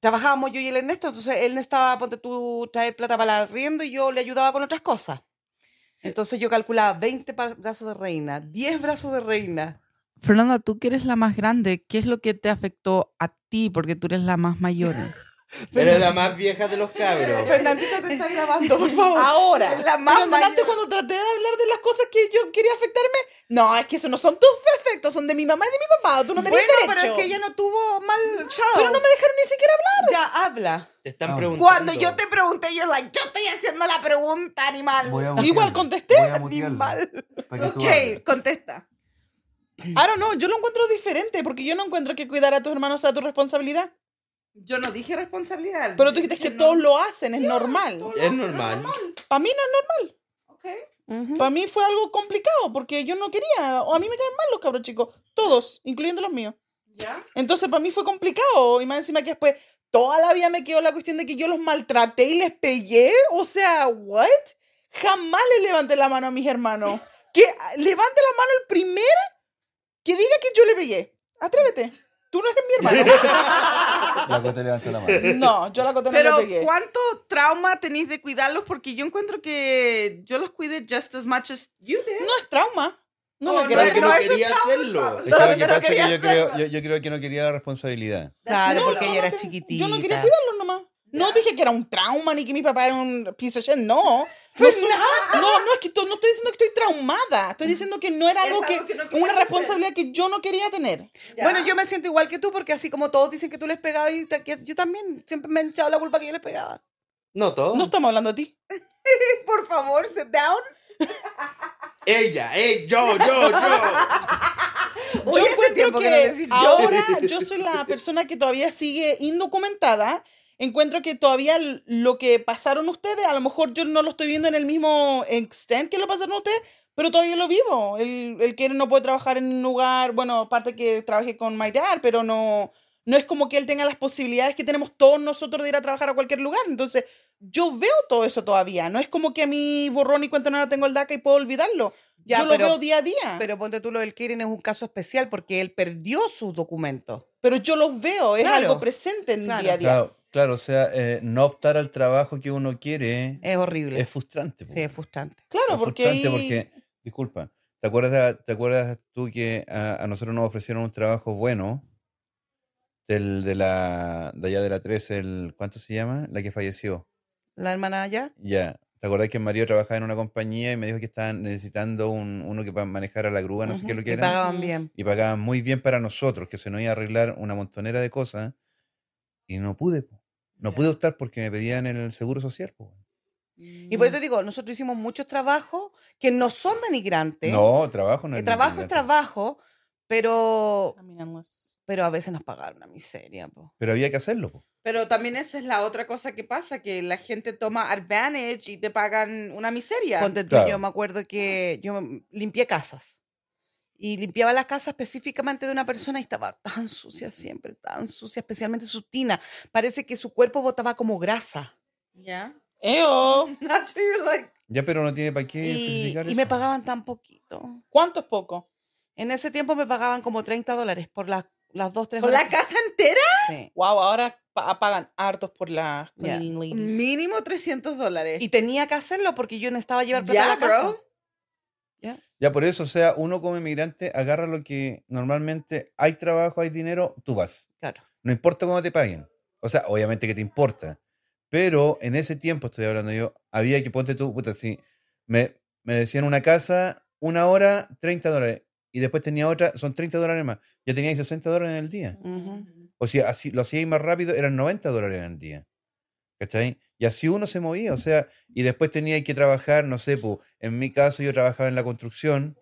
trabajábamos yo y el Ernesto, entonces él necesitaba, ponte tú, traer plata para el arriendo y yo le ayudaba con otras cosas. Eh. Entonces yo calculaba 20 pa- brazos de reina, 10 brazos de reina. Fernanda, tú que eres la más grande, ¿qué es lo que te afectó a ti? Porque tú eres la más mayor. Era la más vieja de los cabros. Fernandita te está grabando, por favor. Ahora, La Ah, pero mamá, antes yo- cuando traté de hablar de las cosas que yo quería afectarme, no, es que eso no son tus defectos, son de mi mamá y de mi papá, tú no tenías bueno, pero derecho. es que ella no tuvo mal chao. Pero no me dejaron ni siquiera hablar. Ya habla. Te están Ah. preguntando. Cuando yo te pregunté, yo like, yo estoy haciendo la pregunta, animal. Igual contesté, ni mal. Ok, contesta. I don't know, yo lo encuentro diferente porque yo no encuentro que cuidar a tus hermanos sea tu responsabilidad. Yo no dije responsabilidad. Pero tú dijiste que todos lo hacen, es normal. Es normal. Para mí no es normal. Ujú. Para mí fue algo complicado porque yo no quería. O a mí me caen mal los cabros chicos. Todos, incluyendo los míos. Entonces para mí fue complicado. Y más encima que después toda la vida me quedó la cuestión de que yo los maltraté y les pegué. O sea, ¿what? Jamás le levanté la mano a mis hermanos. Que ah, levante la mano el primer que diga que yo le pegué. Atrévete. Tú no eres mi hermano. La que te levantó la mano. No, yo a la cota no Pero, le pegué. ¿cuánto trauma tenéis de cuidarlos? Porque yo encuentro que yo los cuidé it just as much as you did. No es trauma. No, Oh, me Claro no, creas que que no no es- quería hacerlo. Es que lo que Pero pasa es que quería yo creo, yo, yo creo que no quería la responsabilidad. No, Claro, no, porque no, ella era no, chiquitita. Yo no quería cuidarlo nomás. No dije que era un trauma ni que mi papá era un piece of shit. No. No, Pues soy- no, no, es que to- no estoy diciendo que estoy traumada. Estoy diciendo que no era Mm. Es algo que, algo que no querías una hacer. responsabilidad que yo no quería tener. Bueno, yo me siento igual que tú, porque así como todos dicen que tú les pegabas, y te- que yo también siempre me han echado la culpa que yo les pegaba. No todo. Oh. No estamos hablando de ti. Por favor, sit down. Ella, eh, yo, yo, yo. yo Oye, hace encuentro tiempo que, que no decís yo. ahora yo soy la persona que todavía sigue indocumentada. Encuentro que todavía l- lo que pasaron ustedes, a lo mejor yo no lo estoy viendo en el mismo extent que lo pasaron ustedes, pero todavía lo vivo. El, el que no puede trabajar en un lugar, bueno, aparte que trabajé con My Dad, pero no, no es como que él tenga las posibilidades que tenemos todos nosotros de ir a trabajar a cualquier lugar. Entonces, yo veo todo eso todavía. No es como que a mí borrón y cuenta nueva tengo el DACA y puedo olvidarlo. Ya, yo pero- lo veo día a día. Pero ponte tú lo del Kirin es un caso especial porque él perdió sus documentos. pero yo los veo, es Claro. algo presente en mi Claro. día a día. Claro, claro, o sea, eh, no optar al trabajo que uno quiere Es horrible. es frustrante. po. sí, es frustrante. Claro, Es porque, frustrante ahí- porque, disculpa, ¿te acuerdas, ¿te acuerdas tú que a, a nosotros nos ofrecieron un trabajo bueno? Del, de la de allá de la 3, el ¿cuánto se llama? La que falleció. La hermana allá. Ya. ¿Te acordás que Mario trabajaba en una compañía y me dijo que estaban necesitando un, uno que para manejar a la grúa, no sé qué es lo que y era? pagaban Ujú. bien. y pagaban muy bien para nosotros, que se nos iba a arreglar una montonera de cosas, y no pude, po. no pude optar porque me pedían el seguro social. po. pues, Y Mm. por eso te digo, nosotros hicimos muchos trabajos que no son denigrantes. No, trabajo no El es trabajo es inmigrante. trabajo, pero, I mean, unless- pero a veces nos pagaron una miseria. po. Pero había que hacerlo. po. Pero también esa es la otra cosa que pasa, que la gente toma advantage y te pagan una miseria. Ponte tú, Claro. yo me acuerdo que yo mm, limpié casas. Y limpiaba la casa específicamente de una persona y estaba tan sucia siempre, tan sucia, especialmente su tina. Parece que su cuerpo botaba como grasa. ¿Ya? Eo, Nacho, you're like, Ya, pero no tiene para qué Y, especificar y me eso. pagaban tan poquito. ¿cuánto es poco? En ese tiempo me pagaban como 30 dólares por las las dos, tres ¿Con horas la que- casa entera? sí. Wow, ahora pa- pagan hartos por las Ya. cleaning Mm. ladies. Mínimo 300 dólares. Y tenía que hacerlo porque yo necesitaba llevar plata a ya, la casa. bro. Ya por eso, o sea, uno como inmigrante agarra lo que normalmente hay trabajo, hay dinero, tú vas. Claro. No importa cómo te paguen. O sea, obviamente que te importa. Pero en ese tiempo, estoy hablando yo, había que ponte tú, puta, si me, me decían una casa, una hora, 30 dólares. Y después tenía otra, son 30 dólares más. Ya teníais 60 dólares en el día. Ujú. O sea, así, lo hacíais más rápido, eran 90 dólares al día. ¿Cachai? Y así uno se movía, o sea, y después tenía que trabajar, no sé, pu, en mi caso yo trabajaba en la construcción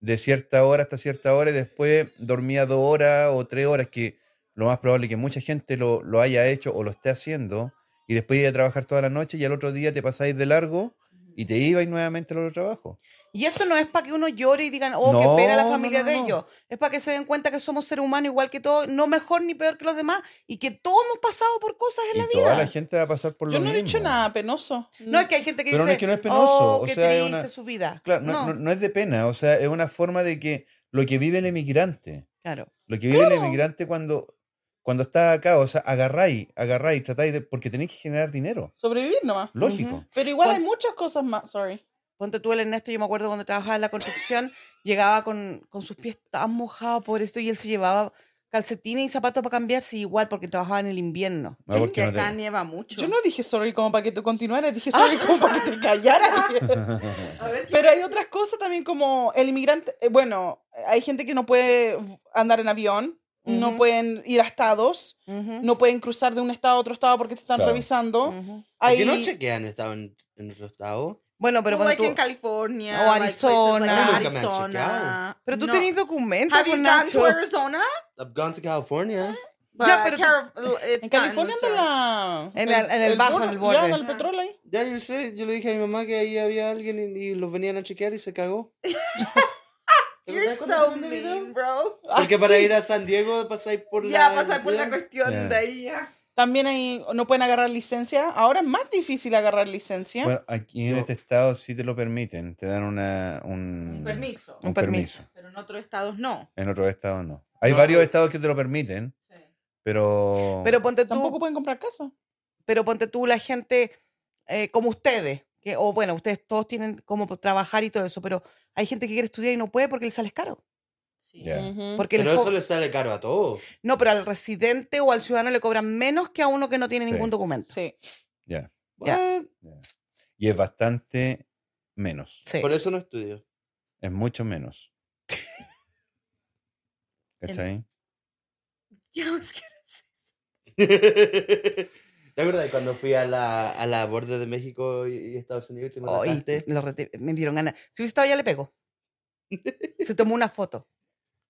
de cierta hora hasta cierta hora y después dormía dos horas o tres horas, que lo más probable es que mucha gente lo, lo haya hecho o lo esté haciendo, y después iba a trabajar toda la noche y al otro día te pasáis de largo y te ibais nuevamente al otro trabajo. Y esto no es para que uno llore y digan, oh, No, qué pena la no, familia no, de no. ellos. Es para que se den cuenta que somos seres humanos igual que todos, no mejor ni peor que los demás, y que todos hemos pasado por cosas en Y la vida. toda la gente va a pasar por Yo lo no he dicho mismo. nada penoso. No, es que hay gente que Pero no dice, es que no es penoso, oh, o qué sea, es triste una- su vida. Claro, no, no- no es de pena, o sea, es una forma de que lo que vive el emigrante, claro. lo que vive el emigrante cuando, cuando está acá, o sea, agarráis, agarráis, tratáis de, porque tenéis que generar dinero, Sobrevivir nomás. lógico. Pero igual hay Cuan- muchas cosas más. Sorry. Ponte tú el Ernesto, yo me acuerdo cuando trabajaba en la construcción, llegaba con, con sus pies tan mojados por esto y él se llevaba calcetines y zapatos para cambiarse igual porque trabajaba en el invierno. No, Ah, porque que no te- acá nieva mucho. Yo no dije sorry como para que tú continuaras, dije sorry como para que te callaras. A ver, Pero hay otras cosas también como el inmigrante, eh, bueno, hay gente que no puede v- andar en avión, no Ujú. pueden ir a estados, Ujú, no pueden cruzar de un estado a otro estado porque te están Claro. revisando. ujú. ¿Por Hay... qué no chequean estado en, en nuestro estado? Bueno, pero pero ponte like en tú, California. O like places like Arizona. Nunca me han Arizona. pero tú No. tenés documentos, Have pues, you gone to Nacho. Arizona? I've gone to California. Ya, But pero tú- Carif- it's En not California anda Arizona. la... En el- en el bajo, en el ya, borde. Ah. anda el petróleo ahí. Ya, yo sé, yo le dije a mi mamá que ahí había alguien y, y los venían a chequear y se cagó. ¿Te You're acordás cuando te so mandé video? mean, bro. Porque para sí. ir a San Diego pasáis por la... Ya, pasar por la ya. cuestión Ya. de ahí, ya. También hay, no pueden agarrar licencia. Ahora es más difícil agarrar licencia. Bueno, aquí en Yo- este estado sí te lo permiten, te dan una, un, Un permiso. un Un permiso. permiso. Pero en otros estados no. En otros estados no. Hay No. varios estados que te lo permiten, pero... Pero ponte tú, Tampoco pueden comprar casa. pero ponte tú la gente eh, como ustedes, que que, o bueno, ustedes todos tienen cómo trabajar y todo eso, pero hay gente que quiere estudiar y no puede porque le sale caro. Sí. Ya. Ujú. Porque Pero les co- eso le sale caro a todos. No, pero al residente o al ciudadano le cobran menos que a uno que no tiene Sí. ningún documento. Sí. Ya. Ya. What? Y es bastante menos. Sí. Por eso no estudio. Es mucho menos. ¿Cachai? Yo es que no sé. ¿Te acuerdas cuando fui a la, a la borde de México y, y Estados Unidos y te lo Ay, retaste? me Oh, lo rete- me dieron ganas. Si hubiese estado ya le pego. Se tomó una foto.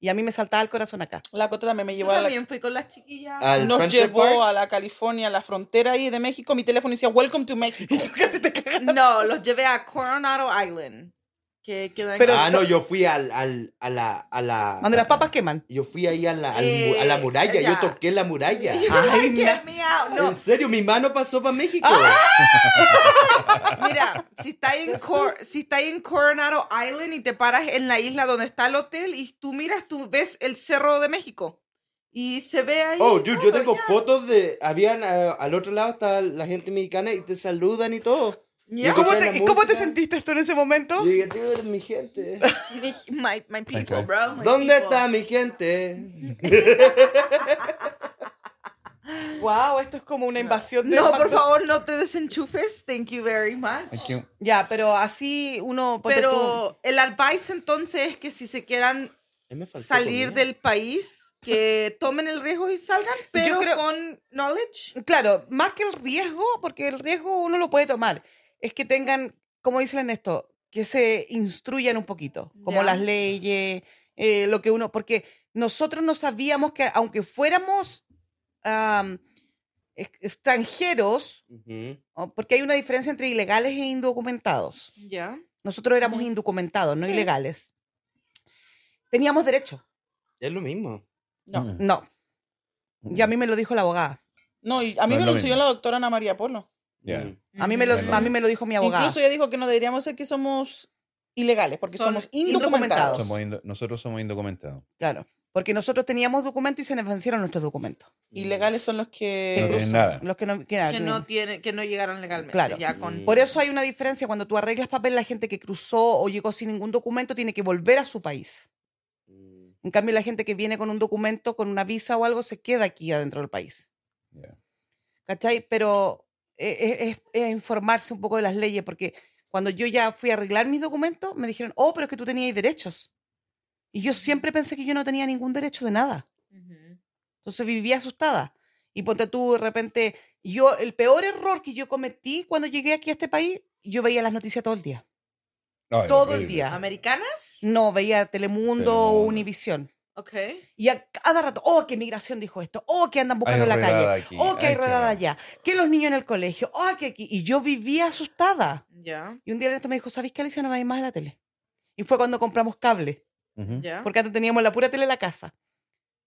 Y a mí me saltaba el corazón acá. La Cota también me Yo llevó a la... también fui con las chiquillas. Al Nos Friendship llevó Park. a la California, a la frontera ahí de México. Mi teléfono decía, Welcome to Mexico. Casi te cagas. No, los llevé a Coronado Island. Que queda en- Pero- ah, no, yo fui al, al, a la... A la Donde las papas queman. Yo fui ahí a la, al mu- Eh, a la muralla, ya. yo toqué la muralla. Yo Ay, pensaba que me- era mía, no. En serio, mi mano pasó para México. Mira, si estás en, Cor- si está en Coronado Island y te paras en la isla donde está el hotel y tú miras, tú ves el Cerro de México. Y se ve ahí. Oh, dude, yo todo, tengo ya. fotos de... Habían, ah, al otro lado está la gente mexicana y te saludan y todo. Ya. Yo ¿Cómo escuché la te, ¿y cómo te música. sentiste tú en ese momento? Yo dije, dude, mi gente. Mi- My, my people, Okay. bro. my ¿Dónde people. está mi gente? Wow, esto es como una invasión de No, por facto- favor, no te desenchufes. Thank you very much. Hay que- Ya, pero así uno. ponte tú. Pero el advice entonces es que si se quieran Ahí me faltó salir comida. del país, que tomen el riesgo y salgan, pero creo- con knowledge. Claro, más que el riesgo, porque el riesgo uno lo puede tomar, es que tengan, como dice esto, que se instruyan un poquito, como Ya. las leyes, eh, lo que uno, porque nosotros no sabíamos que aunque fuéramos am, ex- extranjeros, Ujú. o- porque hay una diferencia entre ilegales e indocumentados. Ya. Nosotros éramos indocumentados, no ilegales. Teníamos derecho. Es lo mismo. No, Mm, No, mm, y a mí me lo dijo la abogada. no, y a mí No es me lo lo enseñó mismo. la doctora Ana María Polo. Ya. Mm. A mí me lo, Bueno. a mí me lo dijo mi abogada. Incluso ella dijo que no deberíamos ser que somos ilegales, porque Son somos indocumentados. Somos indo- nosotros somos indocumentados. Claro, porque nosotros teníamos documentos y se nos vencieron nuestros documentos. Ilegales son los No que... tienen nada. Los que no, que nada, Que que- no, tiene, que no llegaron legalmente. Claro. Ya Mm. con... Por eso hay una diferencia. Cuando tú arreglas papel, la gente que cruzó o llegó sin ningún documento tiene que volver a su país. Mm. En cambio, la gente que viene con un documento, con una visa o algo, se queda aquí adentro del país. Ya. ¿Cachai? Pero eh, eh, es, es informarse un poco de las leyes, porque cuando yo ya fui a arreglar mis documentos, me dijeron, oh, pero es que tú tenías derechos. Y yo siempre pensé que yo no tenía ningún derecho de nada. Ujú. Entonces vivía asustada. Y ponte tú, de repente, yo, el peor error que yo cometí cuando llegué aquí a este país, yo veía las noticias todo el día. No, es Todo el horrible. día. ¿Americanas? No, veía Telemundo o Telemundo. Univisión. Ok. Y a cada rato, oh, que migración dijo esto, oh, que andan buscando en la redada calle, aquí, oh, que ay, hay qué redada va. allá, que los niños en el colegio, oh, que aquí. Y yo vivía asustada. Ya. Y un día esto me dijo, ¿sabes qué, Alicia? No veis más la tele. Y fue cuando compramos cable, Ujú. Ya. porque antes teníamos la pura tele en la casa.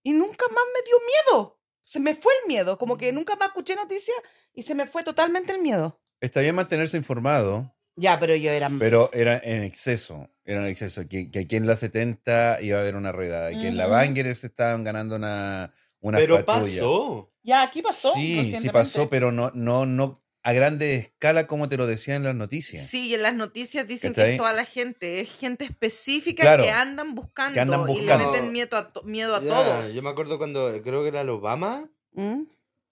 Y nunca más me dio miedo. Se me fue el miedo, como que nunca más escuché noticias y se me fue totalmente el miedo. Está bien mantenerse informado, Ya, pero yo era... pero era en exceso. Era en exceso. Que, que aquí en la 70 iba a haber una redada. Que en la Ujú. Banger se estaban ganando una, una Pero patrulla. pasó. Ya, aquí pasó. Sí, sí recientemente. pasó, pero no, no, no a grande escala como te lo decían en las noticias. Sí, y en las noticias dicen que ¿Cachai? es toda la gente, es gente específica Claro, que andan buscando, que andan y le buscando. meten miedo a, to- miedo a Ya, todos. Yo me acuerdo cuando eh, creo que era el Obama, ¿Mm?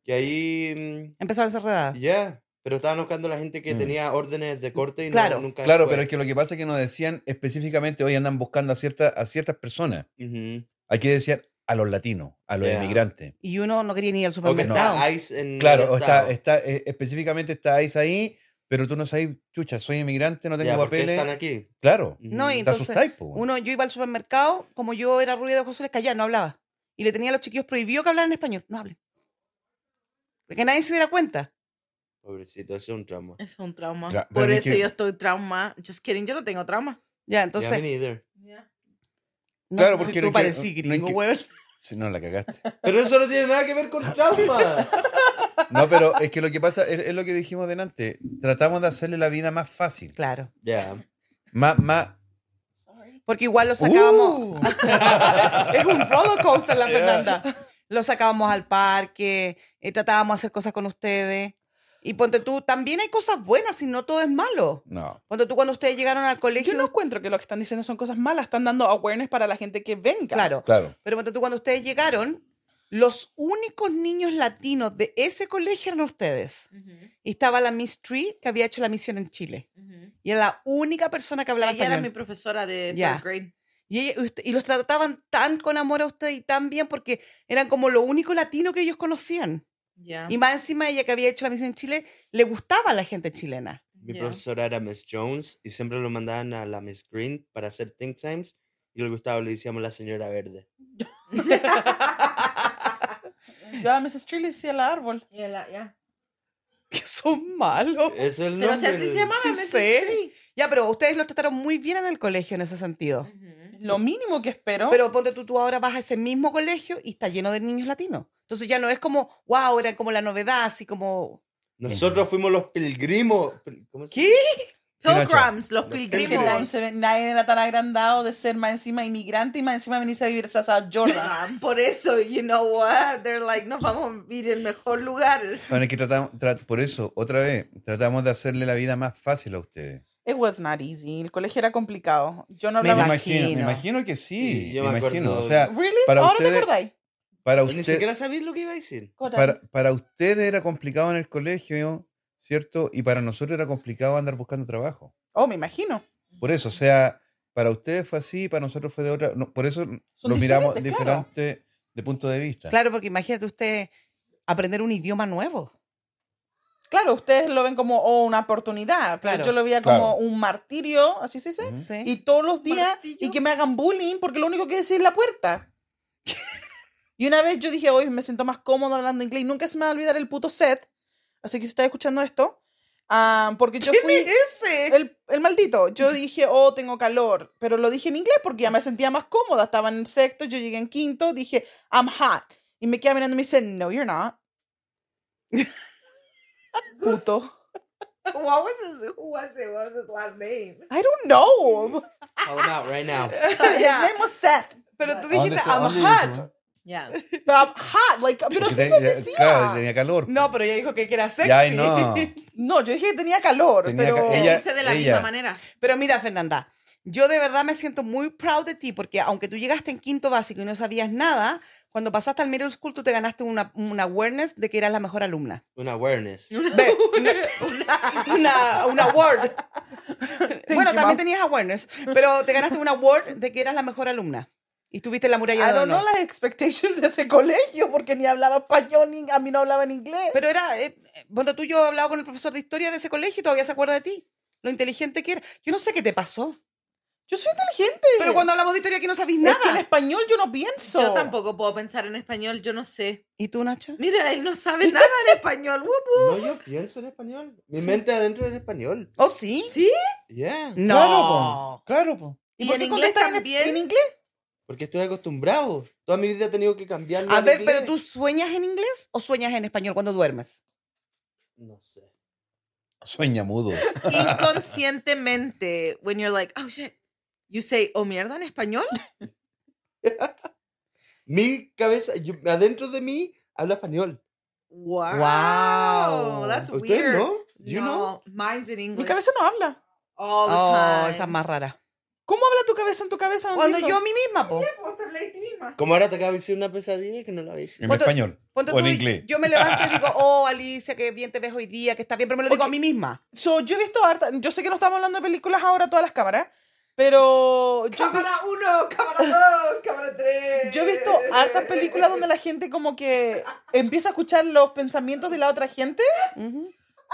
que ahí. Empezaron a ser mm, redadas. Ya. Pero estaban buscando la gente que Mm. tenía órdenes de corte y no- Claro. nunca. Claro, fue. pero es que lo que pasa es que nos decían específicamente, hoy andan buscando a, cierta, a ciertas personas. Ujú. Aquí decían a los latinos, a los Ya. inmigrantes. Y uno no quería ni ir al O que supermercado. está ICE en. Claro, el o está, estado. está, eh, específicamente estáis ahí, pero tú no sabes, chucha, soy inmigrante, no tengo Ya, ¿por qué papeles. están aquí? Claro, No, y- te Entonces, asustáis, po, weón. Uno, yo iba al supermercado, como yo era rubia de ojos azules, callaba, no hablaba. Y le tenía a los chiquillos prohibido que hablaran español. No hablen. Porque nadie se diera cuenta. Pobrecito, eso es un trauma. Es un trauma. Cla- pero Por es eso que- yo estoy trauma. Just kidding, yo no tengo trauma. Ya, Ya, entonces... me neither. no, Claro, tú- porque tú no quiere- parecí no hay gringo, que- huevón. Sí, no, la cagaste. Pero eso no tiene nada que ver con Ah. trauma. No, pero es que lo que pasa es, es lo que dijimos delante. Tratamos de hacerle la vida más fácil. Claro. Ya. Más, más. Porque igual lo sacábamos... ¡Uh! es un roller coaster la Fernanda. Lo sacábamos al parque, eh, tratábamos de hacer cosas con ustedes. Y ponte tú, también hay cosas buenas y no todo es malo. No. Cuando tú, cuando ustedes llegaron al colegio, Yo no encuentro que lo que están diciendo son cosas malas, están dando awareness para la gente que venga. claro, Claro. pero ponte tú, cuando ustedes llegaron, los únicos niños latinos de ese colegio eran ustedes. Y estaba la Miss Tree, que había hecho la misión en Chile. Y era la única persona que hablaba Ella era español. mi profesora de Ya. third grade. Y, ella- usted- y los trataban tan con amor a usted y tan bien porque eran como lo único latino que ellos conocían. Ya. Y más encima ella que había hecho la misión en Chile, le gustaba a la gente chilena. Mi Ya. profesora era Miss Jones y siempre lo mandaban a la Miss Green para hacer think times y el Gustavo le decíamos la señora verde. Yo a Mrs. Shirley sí al árbol. Y la- ya. Que son malos. Es el Pero si nombre así del- se llamaba, Sí Mrs. sé. Tree. Ya, pero ustedes los trataron muy bien en el colegio en ese sentido. Ujú. Lo mínimo que espero. Pero ponte tú, tú ahora vas a ese mismo colegio y está lleno de niños latinos. Entonces ya no es como, wow, era como la novedad, así como... Nosotros fuimos los pilgrimos. pil- ¿Cómo se ¿Qué? Pilgrims, los Los que nadie, pilgrimos. pilgrims. se ve- nadie era tan agrandado de ser más encima inmigrante y más encima venirse a vivir a South Jordan. Ah, Por eso, you know what? They're like, nos vamos a ir al mejor lugar. Bueno, es que tratamos, tra- por eso, otra vez, tratamos de hacerle la vida más fácil a ustedes. It was not easy. El colegio era complicado. Yo no Me Me hablaba. imagino, me imagino. imagino que sí. Sí, yo me me imagino. acuerdo. O sea, Really? Para Ahora te ustedes- acordáis. para Ni usted, siquiera sabía lo que iba a decir. para, para ustedes era complicado en el colegio, ¿cierto? Y para nosotros era complicado andar buscando trabajo. Oh, me imagino. Por eso, o sea, para ustedes fue así, para nosotros fue de otra. no, por eso lo miramos diferentes, claro. diferente de punto de vista. Claro, porque imagínate usted aprender un idioma nuevo. Claro, ustedes lo ven como oh, una oportunidad, pero Claro. yo lo veía Claro. como un martirio, así se dice. Ujú. Sí. Y todos los días, y Martillo. que me hagan bullying, porque lo único que decir es la puerta. y una vez yo dije, hoy me siento más cómodo hablando inglés, y nunca se me va a olvidar el puto set. Así que si estás escuchando esto, ah, porque yo fui. ese? El, el maldito, yo dije, oh, tengo calor, pero lo dije en inglés porque ya me sentía más cómoda. Estaba en sexto, yo llegué en quinto, dije, I'm hot. Y me queda mirando y me dice, no, you're not. Puto. What was his, who was it? What was his last name? I don't know. Call him out right now. His name was Seth. Pero tú ¿A dónde dijiste, está- a I'm dónde hot. dijimos? Ya. Pero I'm hot, like, pero Porque sí te- se ya- decía. Claro, tenía calor. No, pero ella dijo que que era sexy. Ya, ay, no. No, yo dije que tenía calor, Tenía pero... ca- Se Ella- dice de la ella. misma manera. Pero mira, Fernanda, yo de verdad me siento muy proud de ti porque aunque tú llegaste en quinto básico y no sabías nada, cuando pasaste al middle school tú te ganaste una, una awareness de que eras la mejor alumna. Un awareness. Ve, una, una, una award. bueno, you, también ma'am. tenías awareness, pero te ganaste una award de que eras la mejor alumna. Y tuviste la muralla I de don't know honor. las expectations de ese colegio, porque ni hablaba español, ni, a mí no hablaba en inglés. Pero era, eh, eh, ponte tú, yo he hablado con el profesor de historia de ese colegio y todavía se acuerda de ti. Lo inteligente que era. Yo no sé qué te pasó. Yo soy inteligente. Pero cuando hablamos de historia aquí no sabís Es que en nada. español yo no pienso. Yo tampoco puedo pensar en español, yo no sé. ¿Y tú, Nacho? Mira, él no sabe nada en español. Wup, wup. No, yo pienso en español. Mi mente adentro es en español. ¿Oh, sí? Sí, Yeah. No. Claro, po, claro, po. ¿Y, Y por en qué inglés contestas en, también. en inglés? Porque estoy acostumbrado. Toda mi vida he tenido que cambiarlo. A al ver, pero inglés. tú sueñas en inglés o sueñas en español cuando duermes? No sé. Sueña mudo. inconscientemente, when you're like, oh shit, you say, oh mierda, en español. Mi cabeza, yo- adentro de mí, habla español. Wow. Wow. That's ¿Usted weird. no? You know? no, mine's in Mi English. cabeza no habla. All the Oh, time. esa es más rara. ¿Cómo habla tu cabeza en tu cabeza? No Cuando yo a entiendo. mí misma, po. Como ahora te acabo de decir una pesadilla que no la veis. En Ponte- español. Ponte O en tú, inglés. Yo me levanto y digo, oh, Alicia, qué bien te ves hoy día, que está bien, pero me lo digo Ok. a mí misma. So, yo he visto harta... Yo sé que no estamos hablando de películas ahora todas las cámaras, pero... Yo he vi- Cámara 1, cámara 2, cámara 3. Yo he visto hartas películas donde la gente como que empieza a escuchar los pensamientos de la otra gente, Ujú.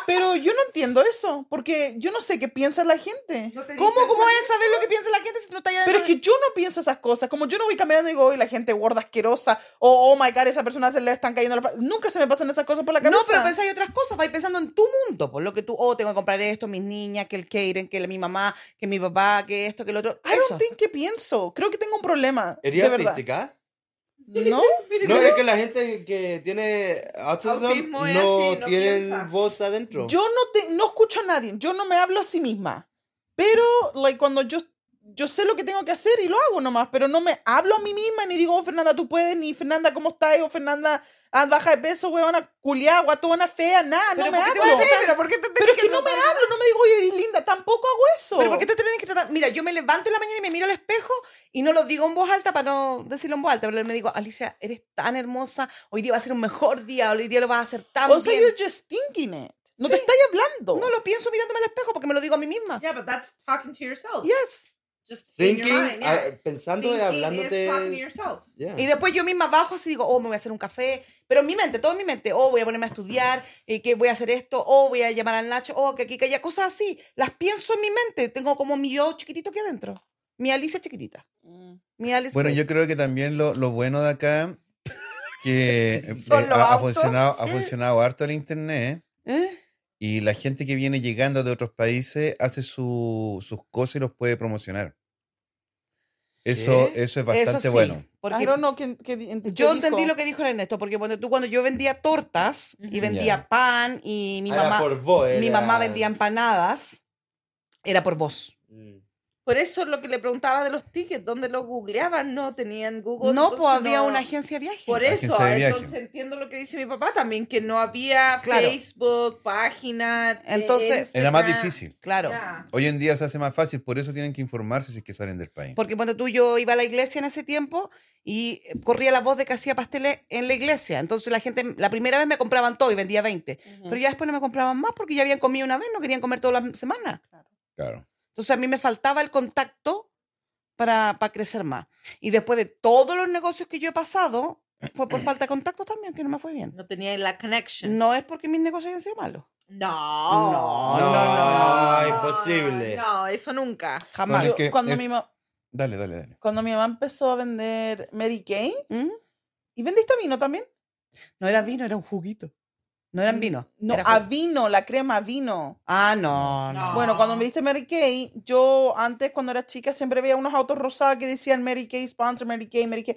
pero yo no entiendo eso, porque yo no sé qué piensa la gente. ¿Cómo, cómo es saber lo que piensa la gente si no está allá Pero es que adentro? yo no pienso esas cosas, como yo no voy caminando y digo, "Ay, la gente gorda, asquerosa, o oh my god, esa persona se le están cayendo las... pa-". Nunca se me pasan esas cosas por la cabeza. No, pero pensáis otras cosas, vais pensando en tu mundo, por lo que tú, oh, tengo que comprar esto, mis niñas, que el Keiren, que la- mi mamá, que mi papá, que esto, que el otro. I don't Eso. think que pienso. Creo que tengo un problema. ¿Eres de verdad. artística? No, No, es que la gente que tiene autism Autismo es no, así, no tienen piensa. voz adentro. yo no, te- no escucho a nadie. Yo no me hablo a sí misma. Pero like, cuando yo yo sé lo que tengo que hacer y lo hago nomás, pero no me hablo a mí misma ni digo, oh, Fernanda, tú puedes, ni Fernanda, ¿cómo estás? O Fernanda, ah, baja de peso, huevona, culiá, guatona, fea, nada, no Pero me ¿por qué te hablo. vas a tratar? ¿Pero por qué te Pero tenés es que no me tratar? hablo, no me digo, oye, eres linda, tampoco hago eso. ¿Pero por qué te tenés que tratar? Mira, yo me levanto en la mañana y me miro al espejo y no lo digo en voz alta para no decirlo en voz alta, pero me digo, Alicia, eres tan hermosa, hoy día va a ser un mejor día, hoy día lo vas a hacer tan O sea, bien. you're just thinking it. No te Sí. estás hablando. No lo pienso mirándome al espejo porque me lo digo a mí misma. Yeah, but that's talking to yourself. Yes. Just in your Thinking, mind, yeah. ah, pensando y Thinking is talking to hablándote. yourself. yeah. Y después yo misma bajo así digo, oh, me voy a hacer un café. Pero en mi mente, todo en mi mente, oh, voy a ponerme a estudiar, eh, que voy a hacer esto, oh, voy a llamar al Nacho, oh, que aquí, que allá, cosas así. Las pienso en mi mente. Tengo como mi yo chiquitito aquí adentro. Mi Alicia chiquitita. Mi Alice Bueno, yo Grace. creo que también lo, lo bueno de acá, que eh, Son los ha, ha autos. funcionado, ha funcionado harto el Internet ¿Eh? y la gente que viene llegando de otros países hace su- sus cosas y los puede promocionar. Eso, ¿Qué? eso es Eso bastante sí, bueno. porque I don't know qué- qué di- qué yo entendí dijo. lo que dijo el Ernesto, porque cuando, tú, cuando yo vendía tortas y Ujú. vendía Ya. pan y mi Ah, Era mamá, por vos, mi era- mamá vendía empanadas, era por vos. Mm. Por eso lo que le preguntaba de los tickets, ¿dónde los googleaban? No tenían Google. No, pues entonces había no- una agencia de viaje. Por Agencia eso, de viaje. entonces entiendo lo que dice mi papá también, que no había Claro. Facebook, página. de Entonces- Era más Instagram. difícil. Claro. Ya. Hoy en día se hace más fácil, por eso tienen que informarse si es que salen del país. Porque cuando tú yo iba a la iglesia en ese tiempo y eh, corría la voz de que hacía pasteles en la iglesia. Entonces la gente, la primera vez me compraban todo y vendía 20. Mm. Pero ya después no me compraban más porque ya habían comido una vez, no querían comer todas las semanas. Claro. Entonces a mí me faltaba el contacto para, para crecer más. Y después de todos los negocios que yo he pasado, fue por falta de contacto también que no me fue bien. No tenía la connection. No es porque mis negocios hayan sido malos. No. No, no, no, No, imposible. No, eso nunca. Jamás. Yo- Bueno, es que cuando, es- mi ma- Dale, dale, dale. cuando mi mamá empezó a vender Mary Kay, ¿Mm? ¿y vendiste vino también? No era vino, era un juguito. No eran vino. No, era a jugo. vino, la crema vino. Ah, no, no. No. Bueno, cuando me diste Mary Kay, yo antes cuando era chica siempre veía unos autos rosados que decían Mary Kay, sponsor Mary Kay, Mary Kay.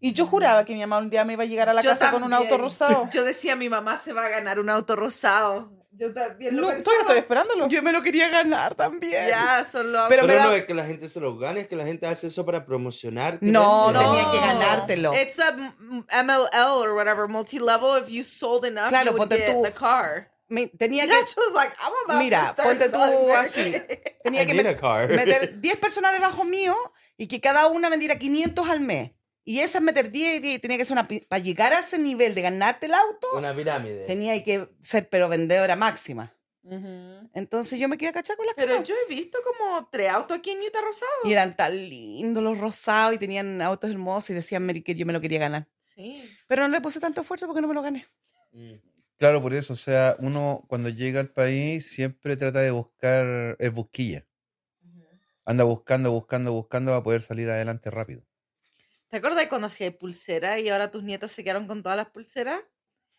Y yo juraba que mi mamá un día me iba a llegar a la Yo casa con un auto también. rosado. Yo decía, mi mamá se va a ganar un auto rosado. Yo también lo No, todavía pensaba. estoy esperándolo. Yo me lo quería ganar también. Ya, son los Pero Pero, me da- no es que la gente se los gane, es que la gente hace eso para promocionar. No, creencias. tenía que ganártelo. It's a m- MLL or whatever, multi-level. If you sold enough, Claro, you would ponte get tú. the car. Me- tenía que, Nacho's like, I'm about to mira, start ponte tú selling Mary así. Kay. Tenía I que need met- a car. meter 10 personas debajo mío y que cada una vendiera 500 al mes. Y esas meter 10 y 10, tenía que ser una... pi- Para llegar a ese nivel de ganarte el auto, Una pirámide. tenía que ser pero vendedora máxima. Entonces yo me quedé cachar con las Pero caras. yo he visto como tres autos aquí en Utah Rosado. Y eran tan lindos los rosados y tenían autos hermosos y decían Mary que yo me lo quería ganar. Sí. Pero no le puse tanto esfuerzo porque no me lo gané. Mm. Claro, por eso, o sea, uno cuando llega al país siempre trata de buscar, es busquilla. Anda buscando, buscando, buscando para poder salir adelante rápido. ¿Te acuerdas cuando hacía pulsera y ahora tus nietas se quedaron con todas las pulseras?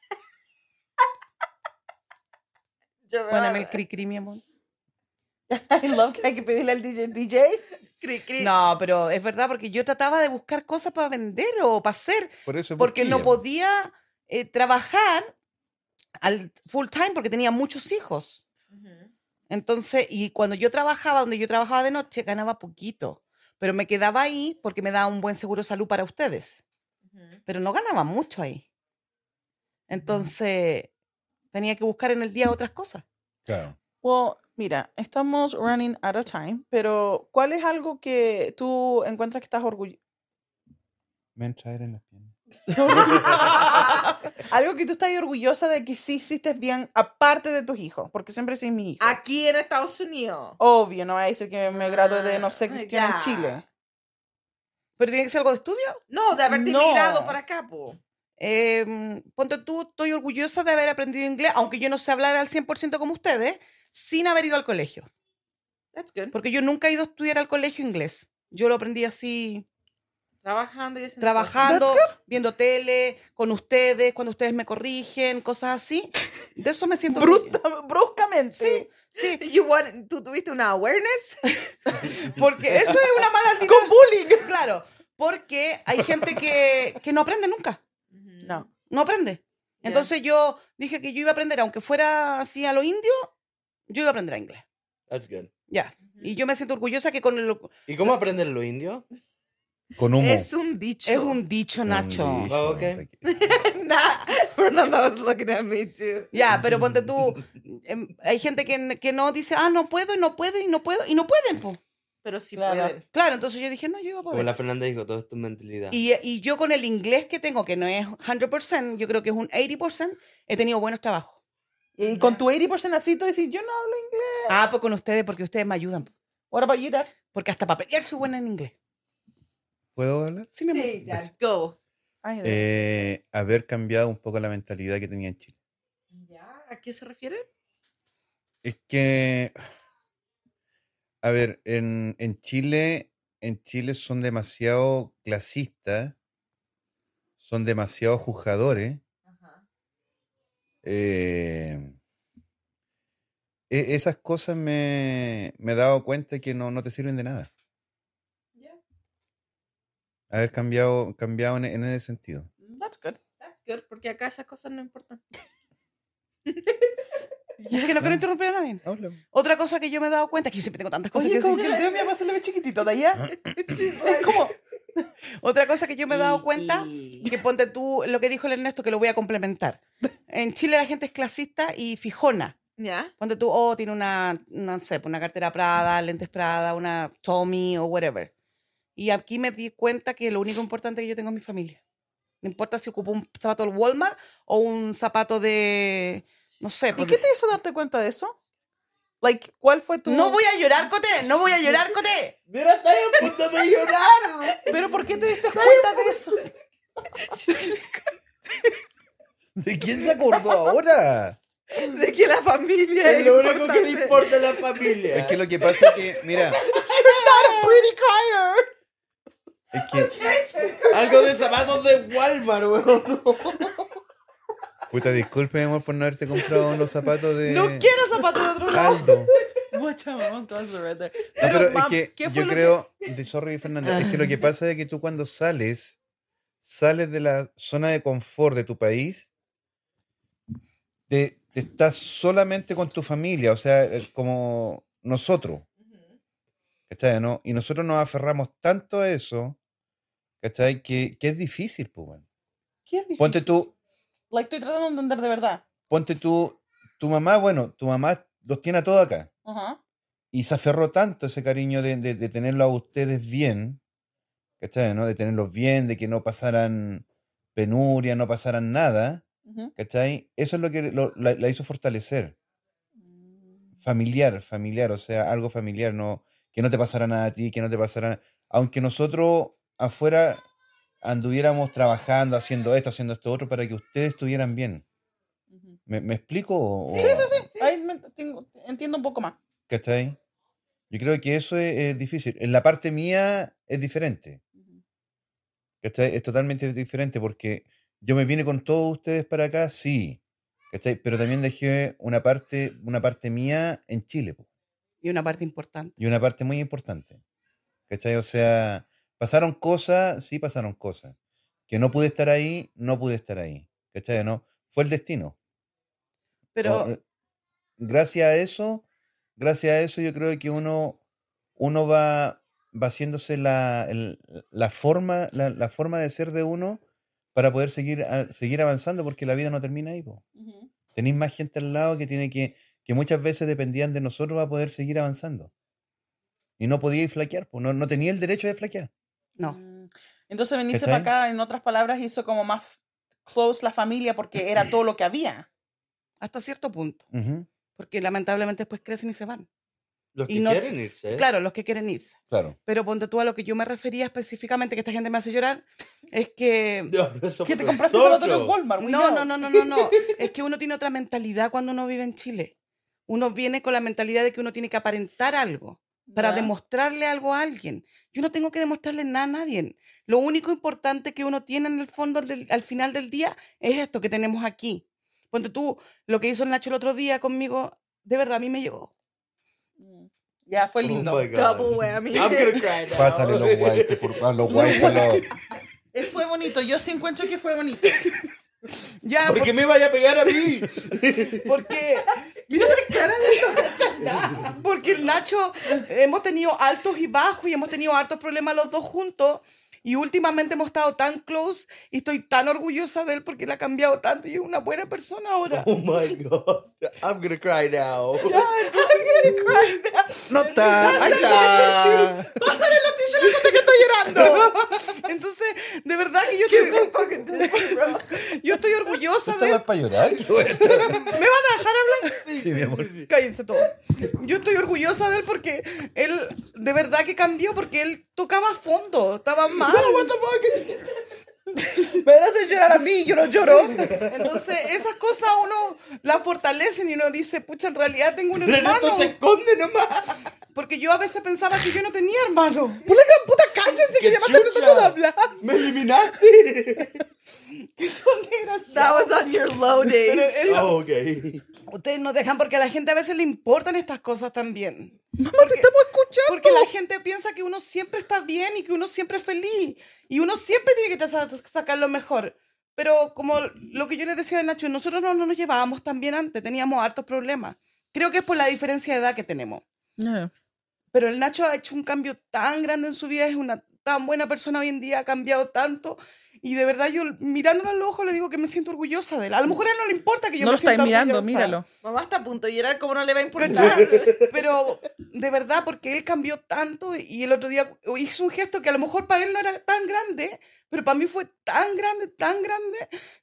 Yo me Ah, Póndame el cri cri, mi amor. I love que hay que pedirle al DJ, DJ. cri, cri. No, pero es verdad porque yo trataba de buscar cosas para vender o para hacer. Por eso es porque no busquilla, podía eh, trabajar al full time porque tenía muchos hijos. Ujú. Entonces, y cuando yo trabajaba, donde yo trabajaba de noche, ganaba poquito, pero me quedaba ahí porque me daba un buen seguro de salud para ustedes, Ujú. pero no ganaba mucho ahí. Entonces, tenía que buscar en el día otras cosas. claro. Well, mira, estamos running out of time, pero ¿cuál es algo que tú encuentras que estás orgulloso? Me entra aire en las piernas. algo que tú estás orgullosa de que sí hiciste bien, aparte de tus hijos, porque siempre soy mi hijo. Aquí en Estados Unidos. Obvio, no va a decir que me gradué de no sé Ah, qué cuestión en ya. Chile. Pero tiene que ser algo de estudio. No, de haberte No. migrado para acá, po. Eh, ponte tú, estoy orgullosa de haber aprendido inglés, aunque yo no sé hablar al 100% como ustedes, sin haber ido al colegio. That's good. Porque yo nunca he ido a estudiar al colegio inglés. Yo lo aprendí así, Trabajando y haciendo trabajando, viendo tele, con ustedes, cuando ustedes me corrigen, cosas así. De eso me siento orgullosa. Bruta- bruscamente. Sí, sí, cosas. You want- ¿Tú tuviste una awareness? porque eso es una mala Con bullying. Claro, porque hay gente que, que no aprende nunca, No. no aprende. Entonces yo dije que yo iba a aprender, aunque fuera así a lo indio, yo iba a aprender a inglés. That's good. Ya. Mm. Y yo me siento orgullosa que con el... ¿Y cómo aprenden los indios? Con humo. Es un dicho. Es un dicho, Nacho. Con Ah, Oh, liso, ok. hasta aquí. Nah, Fernando was looking at me too. Ya, pero ponte tú, em, hay gente que, n- que no dice, ah, no puedo, y no puedo, y no puedo, y no pueden, po. Pero sí Claro. pueden. Claro, entonces yo dije, no, yo iba a Como poder. la Fernanda dijo, todo esto es mentalidad. Y, y yo con el inglés que tengo, que no es 100%, yo creo que es un 80%, he tenido buenos trabajos. Y con tu 80% así, tú decís, yo no hablo inglés. Ah, pues con ustedes, porque ustedes me ayudan. po. What about you, Dad? Porque hasta para pelear soy buena en inglés. ¿Puedo hablar? Sí, mi amor. Sí, ya, go. Ay, Dios. Eh, haber cambiado un poco la mentalidad que tenía en Chile. Ya, ¿A qué se refiere? Es que, a ver, en, en Chile, en Chile son demasiado clasistas, son demasiado juzgadores. Eh, e- esas cosas me, me he dado cuenta que no, no te sirven de nada. Haber cambiado, cambiado en, en ese sentido. That's good. That's good, porque acá esas cosas no importan. Es que no quiero interrumpir a nadie. Habla. Otra cosa que yo me he dado cuenta, es que yo siempre tengo tantas cosas Oye, que como decir. que el dedo de mi mamá se le ve chiquitito de allá. es como, Otra cosa que yo me he dado cuenta, que ponte tú lo que dijo el Ernesto, que lo voy a complementar. En Chile la gente es clasista y fijona. ¿Ya? Ponte tú, oh, tiene una, no sé, una cartera Prada, lentes Prada, una Tommy o whatever. Y aquí me di cuenta que lo único importante que yo tengo es mi familia. No importa si ocupo un zapato del Walmart o un zapato de, no sé. ¿y pues, qué te hizo darte cuenta de eso? Like, ¿cuál fue tu...? No voy a llorar, Cote, no voy a llorar, Cote. Mira, está ahí a punto de llorar. ¿Pero por qué te diste cuenta de eso? ¿De quién se acordó ahora? De que la familia Es es lo único que le importante. importa a la familia. Es que lo que pasa es que, mira, Pretty Kyler. es que Algo de zapatos de Walmart, weón. Puta, disculpe, amor, por no haberte comprado los zapatos de No quiero zapatos de otro lado. Aldo. No, Mucha mamá, todas de red there. pero, Pero, es mam, que ¿qué fue yo lo que- Ah. creo, de- sorry Fernanda, es que lo que pasa es que tú cuando sales, sales de la zona de confort de tu país, te, te estás solamente con tu familia, o sea, eh, como nosotros. ¿Cachai? ¿No? Y nosotros nos aferramos tanto a eso, ¿cachai? Que, que es difícil, pues, bueno. ¿Qué es difícil? Ponte tú, Like, estoy tratando de entender de verdad. ponte tú, tu mamá, bueno, tu mamá los tiene a todos acá. Ajá. y se aferró tanto ese cariño de, de, de tenerlo a ustedes bien, ¿cachai? ¿no? De tenerlos bien, de que no pasaran penuria, no pasaran nada, Ujú. ¿cachai? Eso es lo que lo- la, la hizo fortalecer. Mm, Familiar, familiar, o sea, algo familiar, no, que no te pasara nada a ti, que no te pasara nada. Aunque nosotros afuera anduviéramos trabajando, haciendo esto, haciendo esto otro, para que ustedes estuvieran bien. Ujú. ¿Me, me explico? o- Sí, sí, o- sí. Ahí me- tengo- entiendo un poco más. ¿Cachai? Yo creo que eso es, es difícil. En la parte mía es diferente. ¿Cachai? Es totalmente diferente porque yo me vine con todos ustedes para acá, sí. ¿Cachai? Pero también dejé una parte, una parte mía en Chile. po, Y una parte importante. Y una parte muy importante. ¿Cachai? O sea, pasaron cosas, sí pasaron cosas. Que no pude estar ahí, no pude estar ahí. ¿Cachai? No, fue el destino. Pero No, eh, gracias a eso, gracias a eso yo creo que uno, uno va, va haciéndose la, el- la forma, la, la forma de ser de uno para poder seguir, a- seguir avanzando porque la vida no termina ahí. po. Ujú. Tenéis más gente al lado que tiene que, que muchas veces dependían de nosotros para poder seguir avanzando. Y no podíais flaquear, po, no, no tenía el derecho de flaquear. no. Mm. Entonces venirse para ¿Cachai? acá, en otras palabras, hizo como más close la familia porque era todo lo que había. Hasta cierto punto. Ujú, Porque lamentablemente después crecen y se van. Los que Y no- quieren irse. ¿eh? Claro, los que quieren irse. Claro. Pero ponte tú a lo que yo me refería específicamente, que esta gente me hace llorar, es que... Dios, pero eso Que te fue compraste nosotros. zapatos en Walmart. we No, know. no, no, no, no, no. Es que uno tiene otra mentalidad cuando uno vive en Chile. Uno viene con la mentalidad de que uno tiene que aparentar algo para Ya. demostrarle algo a alguien. Yo no tengo que demostrarle nada a nadie. Lo único importante que uno tiene en el fondo del- al final del día es esto que tenemos aquí. Ponte tú, lo que hizo el Nacho el otro día conmigo, de verdad a mí me llegó. Mm. Ya, fue Oh lindo. my God. Double whammy. I'm gonna cry now. Pásale los guaypes, por, a los guaypes. los- Eh, fue bonito. Yo sí encuentro que fue bonito. Ya, ¿Por qué me vaya a pegar a mí? Porque. Mira la cara de Nacho. Porque el Nacho, hemos tenido altos y bajos y hemos tenido hartos problemas los dos juntos. Y últimamente hemos estado tan close y estoy tan orgullosa de él porque él ha cambiado tanto y es una buena persona ahora. Oh my god. I'm gonna cry now. Ya, entonces- No está, ahí está. Pásale los t-shirts antes que estoy llorando. Entonces, de verdad que yo estoy, yo estoy orgullosa de él. ¿Estás para llorar? ¿Me van a dejar hablar? Sí, mi amor. Cállense todos. Yo estoy orgullosa de él porque él de verdad que cambió porque él tocaba fondo, estaba mal. Me van a hacer llorar a mí, yo no lloro. Entonces, esas cosas uno las fortalecen y uno dice, pucha, en realidad tengo un hermano. Renato se esconde nomás. Porque yo a veces pensaba que yo no tenía hermano. Por la gran puta, cállense, que ¡Qué ya me están tratando de chucha! hablar. ¡Me eliminaste! Que son That desgraciados. was on your low Pero days. eso- Oh, ok. Ustedes nos dejan porque a la gente a veces le importan estas cosas también. te estamos escuchando. Porque la gente piensa que uno siempre está bien y que uno siempre es feliz. Y uno siempre tiene que sa- sacar lo mejor. Pero como lo que yo les decía de Nacho, nosotros no, no nos llevábamos tan bien antes, teníamos hartos problemas. Creo que es por la diferencia de edad que tenemos. Yeah. Pero el Nacho ha hecho un cambio tan grande en su vida, es una tan buena persona hoy en día, ha cambiado tanto. Y de verdad yo mirándolo al ojo le digo que me siento orgullosa de él. A lo mejor a él no le importa que yo No me lo estáis sienta mirando, orgullosa. míralo. Mamá está a punto de llorar, ¿cómo no le va a importar? ¿Cachai? Pero de verdad, porque él cambió tanto y el otro día hizo un gesto que a lo mejor para él no era tan grande, pero para mí fue tan grande, tan grande,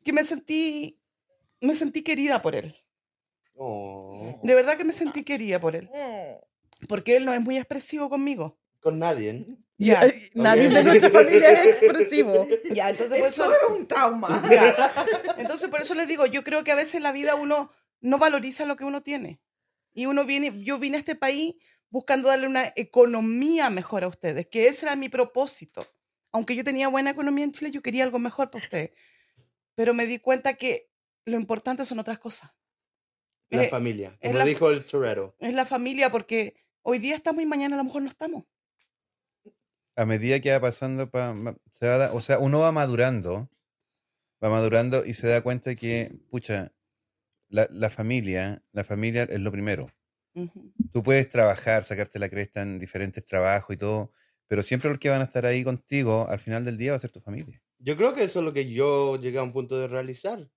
que me sentí, me sentí querida por él. Oh. De verdad que me sentí querida por él. Porque él no es muy expresivo conmigo. Con nadie. ¿eh? Ya. Eh, Nadie Ok. de nuestra familia es expresivo. Ya, entonces por Eso eso, es un trauma. ya. entonces por eso les digo, yo creo que a veces en la vida uno no valoriza lo que uno tiene. Y uno viene, yo vine a este país buscando darle una economía mejor a ustedes, que ese era mi propósito. Aunque yo tenía buena economía en Chile, yo quería algo mejor para ustedes. Pero me di cuenta que lo importante son otras cosas. La Eh, familia. es Como la- dijo el torero. es la familia, porque hoy día estamos y mañana a lo mejor no estamos. a medida que va pasando, pa- ma- se va da- o sea, uno va madurando, va madurando y se da cuenta que, pucha, la, la familia, la familia es lo primero. Ujú. Tú puedes trabajar, sacarte la cresta en diferentes trabajos y todo, pero siempre los que van a estar ahí contigo al final del día va a ser tu familia. Yo creo que eso es lo que yo llegué a un punto de realizar.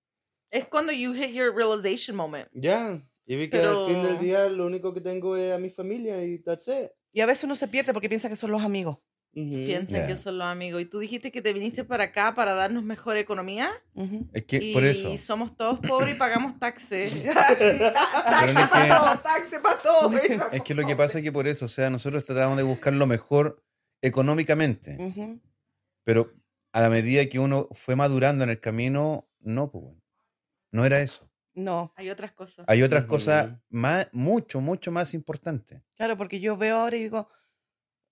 Es cuando you hit your realization moment. Ya. Y vi que al fin del Pero- día lo único que tengo es a mi familia y that's it. Y a veces uno se pierde porque piensa que son los amigos. Ujú. Piensa Yeah. que son los amigos. Y tú dijiste que te viniste para acá para darnos mejor economía. Ujú. Es que y por eso, somos todos pobres y pagamos taxes. Pero no taxes es que- para todos, taxes para todos. es que lo que pasa es que por eso, o sea, nosotros tratamos de buscar lo mejor económicamente, Ujú. pero a la medida que uno fue madurando en el camino, no, pues, bueno, no era eso. No, Hay otras cosas. Hay otras cosas Ujú. más, mucho, mucho más importantes. claro, porque yo veo ahora y digo,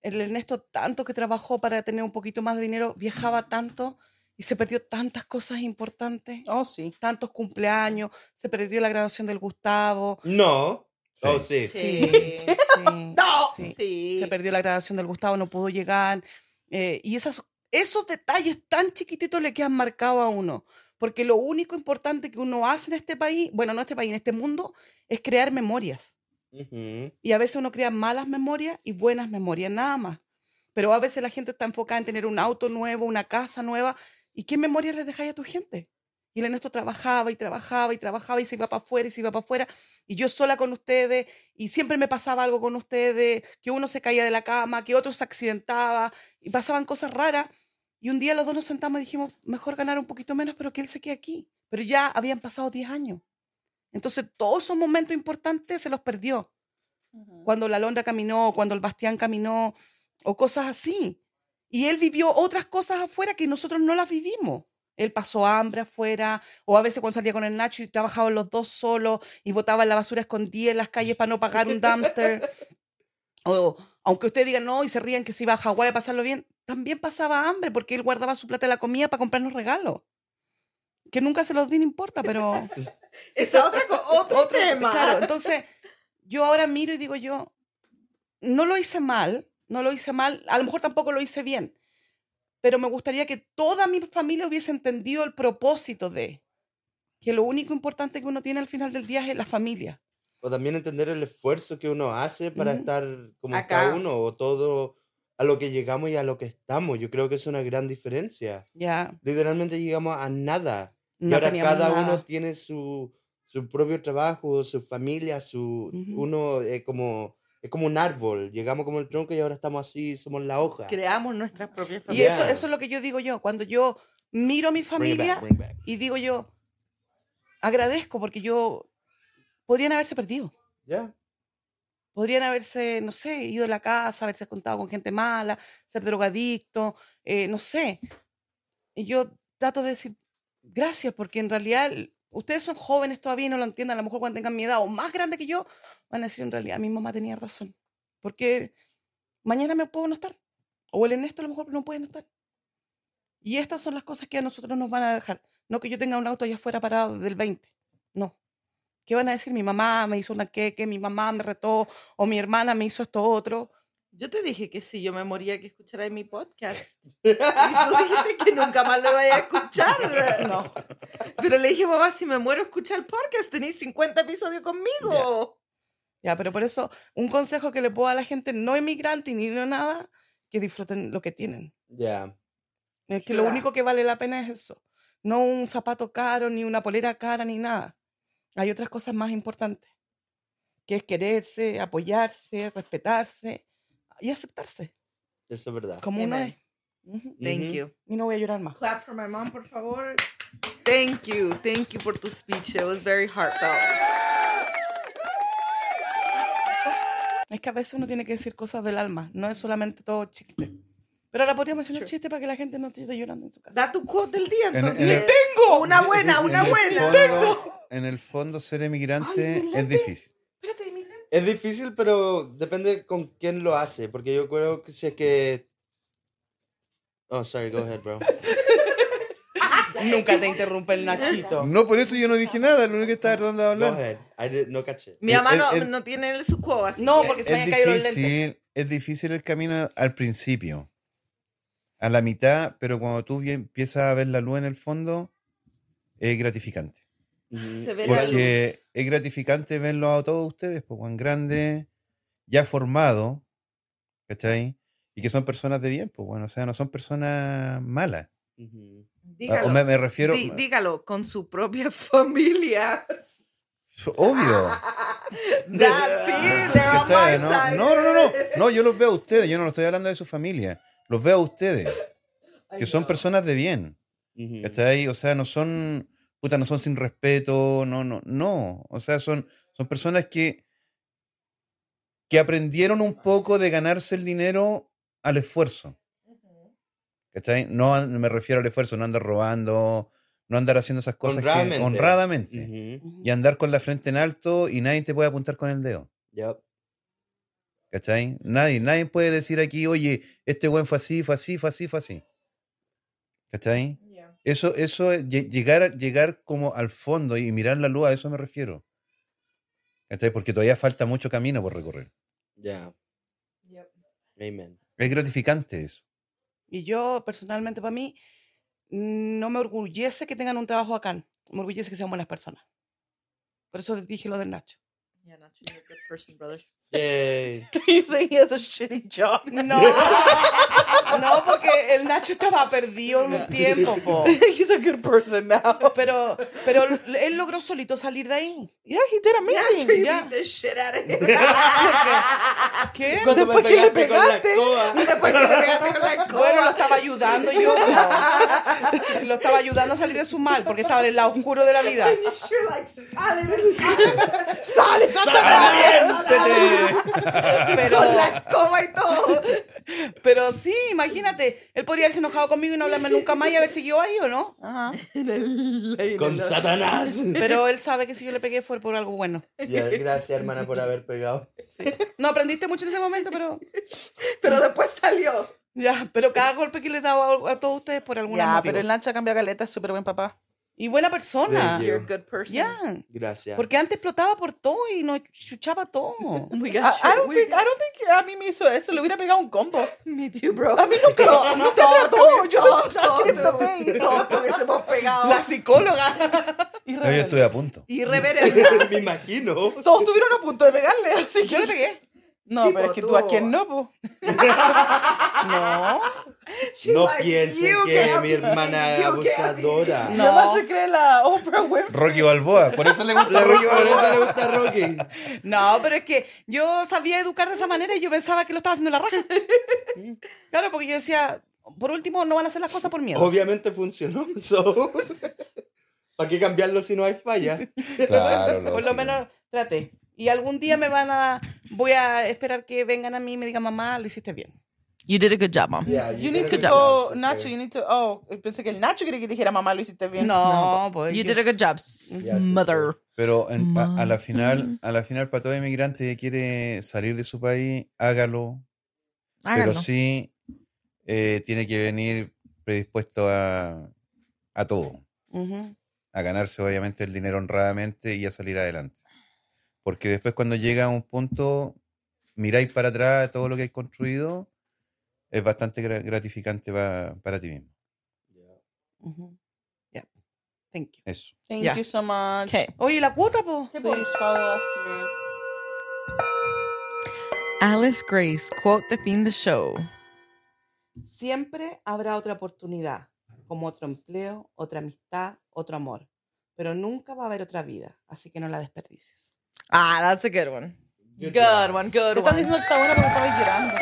el Ernesto tanto que trabajó para tener un poquito más de dinero, viajaba tanto y se perdió tantas cosas importantes, Oh, sí. tantos cumpleaños, se perdió la graduación del Gustavo. No. Sí. Oh, sí. Sí. sí, No, sí. sí. Se perdió la graduación del Gustavo, no pudo llegar. eh, y esas, esos detalles tan chiquititos le quedan marcados a uno. Porque lo único importante que uno hace en este país, bueno, no este país, en este mundo, es crear memorias. Ujú. Y a veces uno crea malas memorias y buenas memorias, nada más. Pero a veces la gente está enfocada en tener un auto nuevo, una casa nueva. ¿Y qué memorias les dejáis a tu gente? Y el Ernesto trabajaba y trabajaba y trabajaba y se iba para afuera y se iba para afuera. Y yo sola con ustedes y siempre me pasaba algo con ustedes, que uno se caía de la cama, que otro se accidentaba y pasaban cosas raras. Y un día los dos nos sentamos y dijimos, mejor ganar un poquito menos, pero que él se quede aquí. Pero ya habían pasado 10 años. Entonces todos esos momentos importantes se los perdió cuando la Londra caminó, cuando el Bastián caminó, o cosas así. Y él vivió otras cosas afuera que nosotros no las vivimos. Él pasó hambre afuera, o a veces cuando salía con el Nacho y trabajaban los dos solos y botaban la basura escondida en las calles para no pagar un dumpster. O aunque ustedes digan no y se rían que se iba a Hawái a pasarlo bien, también pasaba hambre porque él guardaba su plata de la comida para comprarnos regalos. Que nunca se los di, no importa, pero Esa otra co- otro, otro- tema. Claro, entonces yo ahora miro y digo yo, no lo hice mal, no lo hice mal, a lo mejor tampoco lo hice bien, pero me gustaría que toda mi familia hubiese entendido el propósito de, que lo único importante que uno tiene al final del día es la familia. O también entender el esfuerzo que uno hace para Ujú. estar como Acá. está uno o todo a lo que llegamos y a lo que estamos. Yo creo que es una gran diferencia. Ya Literalmente llegamos a nada. y no ahora teníamos cada nada. uno tiene su, su propio trabajo, su familia, su Ujú. uno eh, como es como un árbol. Llegamos como el tronco y ahora estamos así, somos la hoja. Creamos nuestras propias Y familias. eso, eso es lo que yo digo yo. Cuando yo miro a mi Bring it back, familia bring it back. y digo yo, agradezco porque yo podrían haberse perdido. Ya. Podrían haberse, no sé, ido de la casa, haberse contado con gente mala, ser drogadicto, eh, no sé. Y yo trato de decir gracias, porque en realidad l- ustedes son jóvenes todavía y no lo entiendan. A lo mejor cuando tengan mi edad o más grande que yo, van a decir en realidad mi mamá tenía razón. Porque mañana me puedo no estar. O el Ernesto a lo mejor no puede no estar. Y estas son las cosas que a nosotros nos van a dejar. No que yo tenga un auto allá afuera parado del 20. No. ¿Qué van a decir? Mi mamá me hizo una queque, mi mamá me retó, o mi hermana me hizo esto otro. Yo te dije que si yo me moría que escucharais mi podcast. Y tú dijiste que nunca más lo vayas a escuchar. No. Pero le dije, mamá, si me muero, escucha el podcast. Tenéis 50 episodios conmigo. Ya, pero por eso, un consejo que le puedo dar a la gente no emigrante ni no nada, que disfruten lo que tienen. Ya. Es que lo Claro. único que vale la pena es eso. No un zapato caro, ni una polera cara, ni nada. Hay otras cosas más importantes, que es quererse, apoyarse, respetarse y aceptarse Eso es verdad. como uno Amen. es. Ujú. Thank Ujú. you. Y no voy a llorar más. Clap for my mom, por favor. Thank you. Thank you por tu speech. It was very heartfelt. Es que a veces uno tiene que decir cosas del alma, no es solamente todo chiste. Pero ahora podríamos hacer un Sure. chiste para que la gente no esté llorando en su casa. Da tu quote del día, En- en entonces. el- tengo! Una buena, una En el buena. fondo- En el fondo, ser emigrante es difícil. Espérate, mira. Es difícil, pero depende con quién lo hace, porque yo creo que si es que Oh, sorry, go ahead, bro. Nunca te interrumpe el Nachito. No, por eso yo no dije nada, lo único que estaba tratando de Go hablar. ahead. I did- no caché. Mi El- mamá no, el- el- no tiene el su quote, así No, que- porque se me Es han caído los lentes. difícil, es difícil el camino al principio, a la mitad, pero cuando tú bien- empiezas a ver la luz en el fondo, es gratificante. Ujú. Se ve la Porque es gratificante verlo a todos ustedes, pues Juan Grande, ya formado, ¿cachai? Y que son personas de bien, pues bueno, o sea, no son personas malas. Ujú. Dígalo. Ah, O me, me refiero, Di- dígalo, con su propia familia. obvio. That's it, they're on ¿Cachai? my No, side. no, no, no, no. No, yo los veo a ustedes, yo no estoy hablando de su familia. Los veo a ustedes, que son personas de bien. Ujú. ¿Cachai? O sea, no son, puta, no son sin respeto, no, no, no. O sea, son, son personas que, que aprendieron un poco de ganarse el dinero al esfuerzo. ¿Cachai? No an- me refiero al esfuerzo, no andar robando, no andar haciendo esas cosas Honradamente. que honradamente. Ujú. Ujú. Y andar con la frente en alto y nadie te puede apuntar con el dedo. Yup. ¿Cachai? Nadie, nadie puede decir aquí, oye, este buen fue así, fue así, fue así, fue así. ¿Cachai? Eso, eso, es lle- llegar, a- llegar como al fondo y mirar la luz, a eso me refiero. ¿Cachai? Porque todavía falta mucho camino por recorrer. Ya. Amen. Es gratificante eso. Y yo, personalmente, para mí, no me orgullece que tengan un trabajo acá. Me orgullece que sean buenas personas. Por eso dije lo del Nacho. Yeah, Nacho, you're a good person, brother. Yay. You say he has a shitty job. No, no, porque el Nacho estaba perdido en un tiempo, po. He's a good person now. Pero, pero él logró solito salir de ahí. Yeah, he did Nacho, amazing. you ya. beat the shit out of him. ¿Qué? Cuando me Después que le pegaste con la pegaste. escoba. Después que le pegaste con la escoba. Bueno, lo estaba ayudando yo. po. Lo estaba ayudando a salir de su mal, porque estaba en el lado oscuro de la vida. You're like, "Sale de ¡Sale, ¡Siéntete! Pero, con la escoba y todo. pero sí, imagínate, él podría haberse enojado conmigo y no hablarme nunca más y haber seguido ahí, ¿o no? Ah. En el- en Con el- Satanás. Pero él sabe que si yo le pegué fue por algo bueno. Ya, gracias, hermana, por haber pegado. No aprendiste mucho en ese momento, pero Pero después salió. ya, pero cada golpe que le he dado a, a todos ustedes por alguna Ya, pero el Nacho ha cambiado caleta, es súper buen papá. Y buena persona. Thank you. You're a good person. Yeah. Gracias. Porque antes explotaba por todo y nos chuchaba todo. Oh my I, gosh. I don't we're think, good. I don't think a mí me hizo eso. Le hubiera pegado un combo. Me too, bro. A mí nunca lo, no te trató. Yo Todos no- no- me- todos nos hubiésemos pegado. La psicóloga. No, yo estoy a punto. Irreverente. Me imagino. Todos estuvieron a punto de pegarle, así Yo que le pegué. No, Sí, pero po, es que tú. tú a quién no, po. no. She's no like, piensen "You que can't mi be- hermana you es can't be- abusadora. No. No. Nada más se cree la Oprah Winfrey. Rocky Balboa, por eso le gusta Por Rocky eso le Balboa. gusta Rocky. No, pero es que yo sabía educar de esa manera y yo pensaba que lo estaba haciendo la raja. Claro, porque yo decía, por último, no van a hacer las cosas por miedo. Obviamente funcionó. So. ¿Para qué cambiarlo si no hay falla? Claro, Por lógico. lo menos traté. Y algún día me van a. Voy a esperar que vengan a mí y me digan, mamá, lo hiciste bien. You did a good job, mom. Yeah, You need to gotta go, relax, Nacho, sister. you need to... Oh, pensé que el Nacho quería que dijera, mamá, lo hiciste bien. No, pues. You yo- did a good job, yes, mother. Pero en- a, a la final, a la final, para todo inmigrante que quiere salir de su país, hágalo. Háganlo. Pero sí eh, tiene que venir predispuesto a, a todo. Ujú. a ganarse obviamente el dinero honradamente y a salir adelante. Porque después cuando llega a un punto, miráis para atrás todo lo que hay construido, es bastante gra- gratificante pa- para ti mismo. Ujú. Yeah. Thank you. Eso. Thank Ya. you so much. Okay. Oye, la cuota, po. Please follow us here. Alice Grace, quote the fin the show. Siempre habrá otra oportunidad, como otro empleo, otra amistad, otro amor. Pero nunca va a haber otra vida, así que no la desperdices. Ah, that's a good one. Good, job. one, Te good están one. diciendo que está buena porque estabas llorando.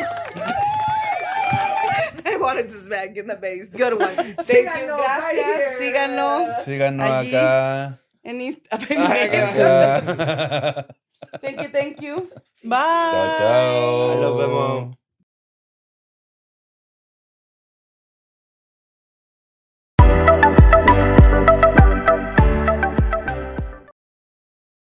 I wanted to smack in the face. Good one. Thank you, Síganos, gracias, right here. síganos Síganos Allí. acá. en Ay, Instagram. acá. Thank you, thank you. Bye. chao, chao. Ahí nos vemos.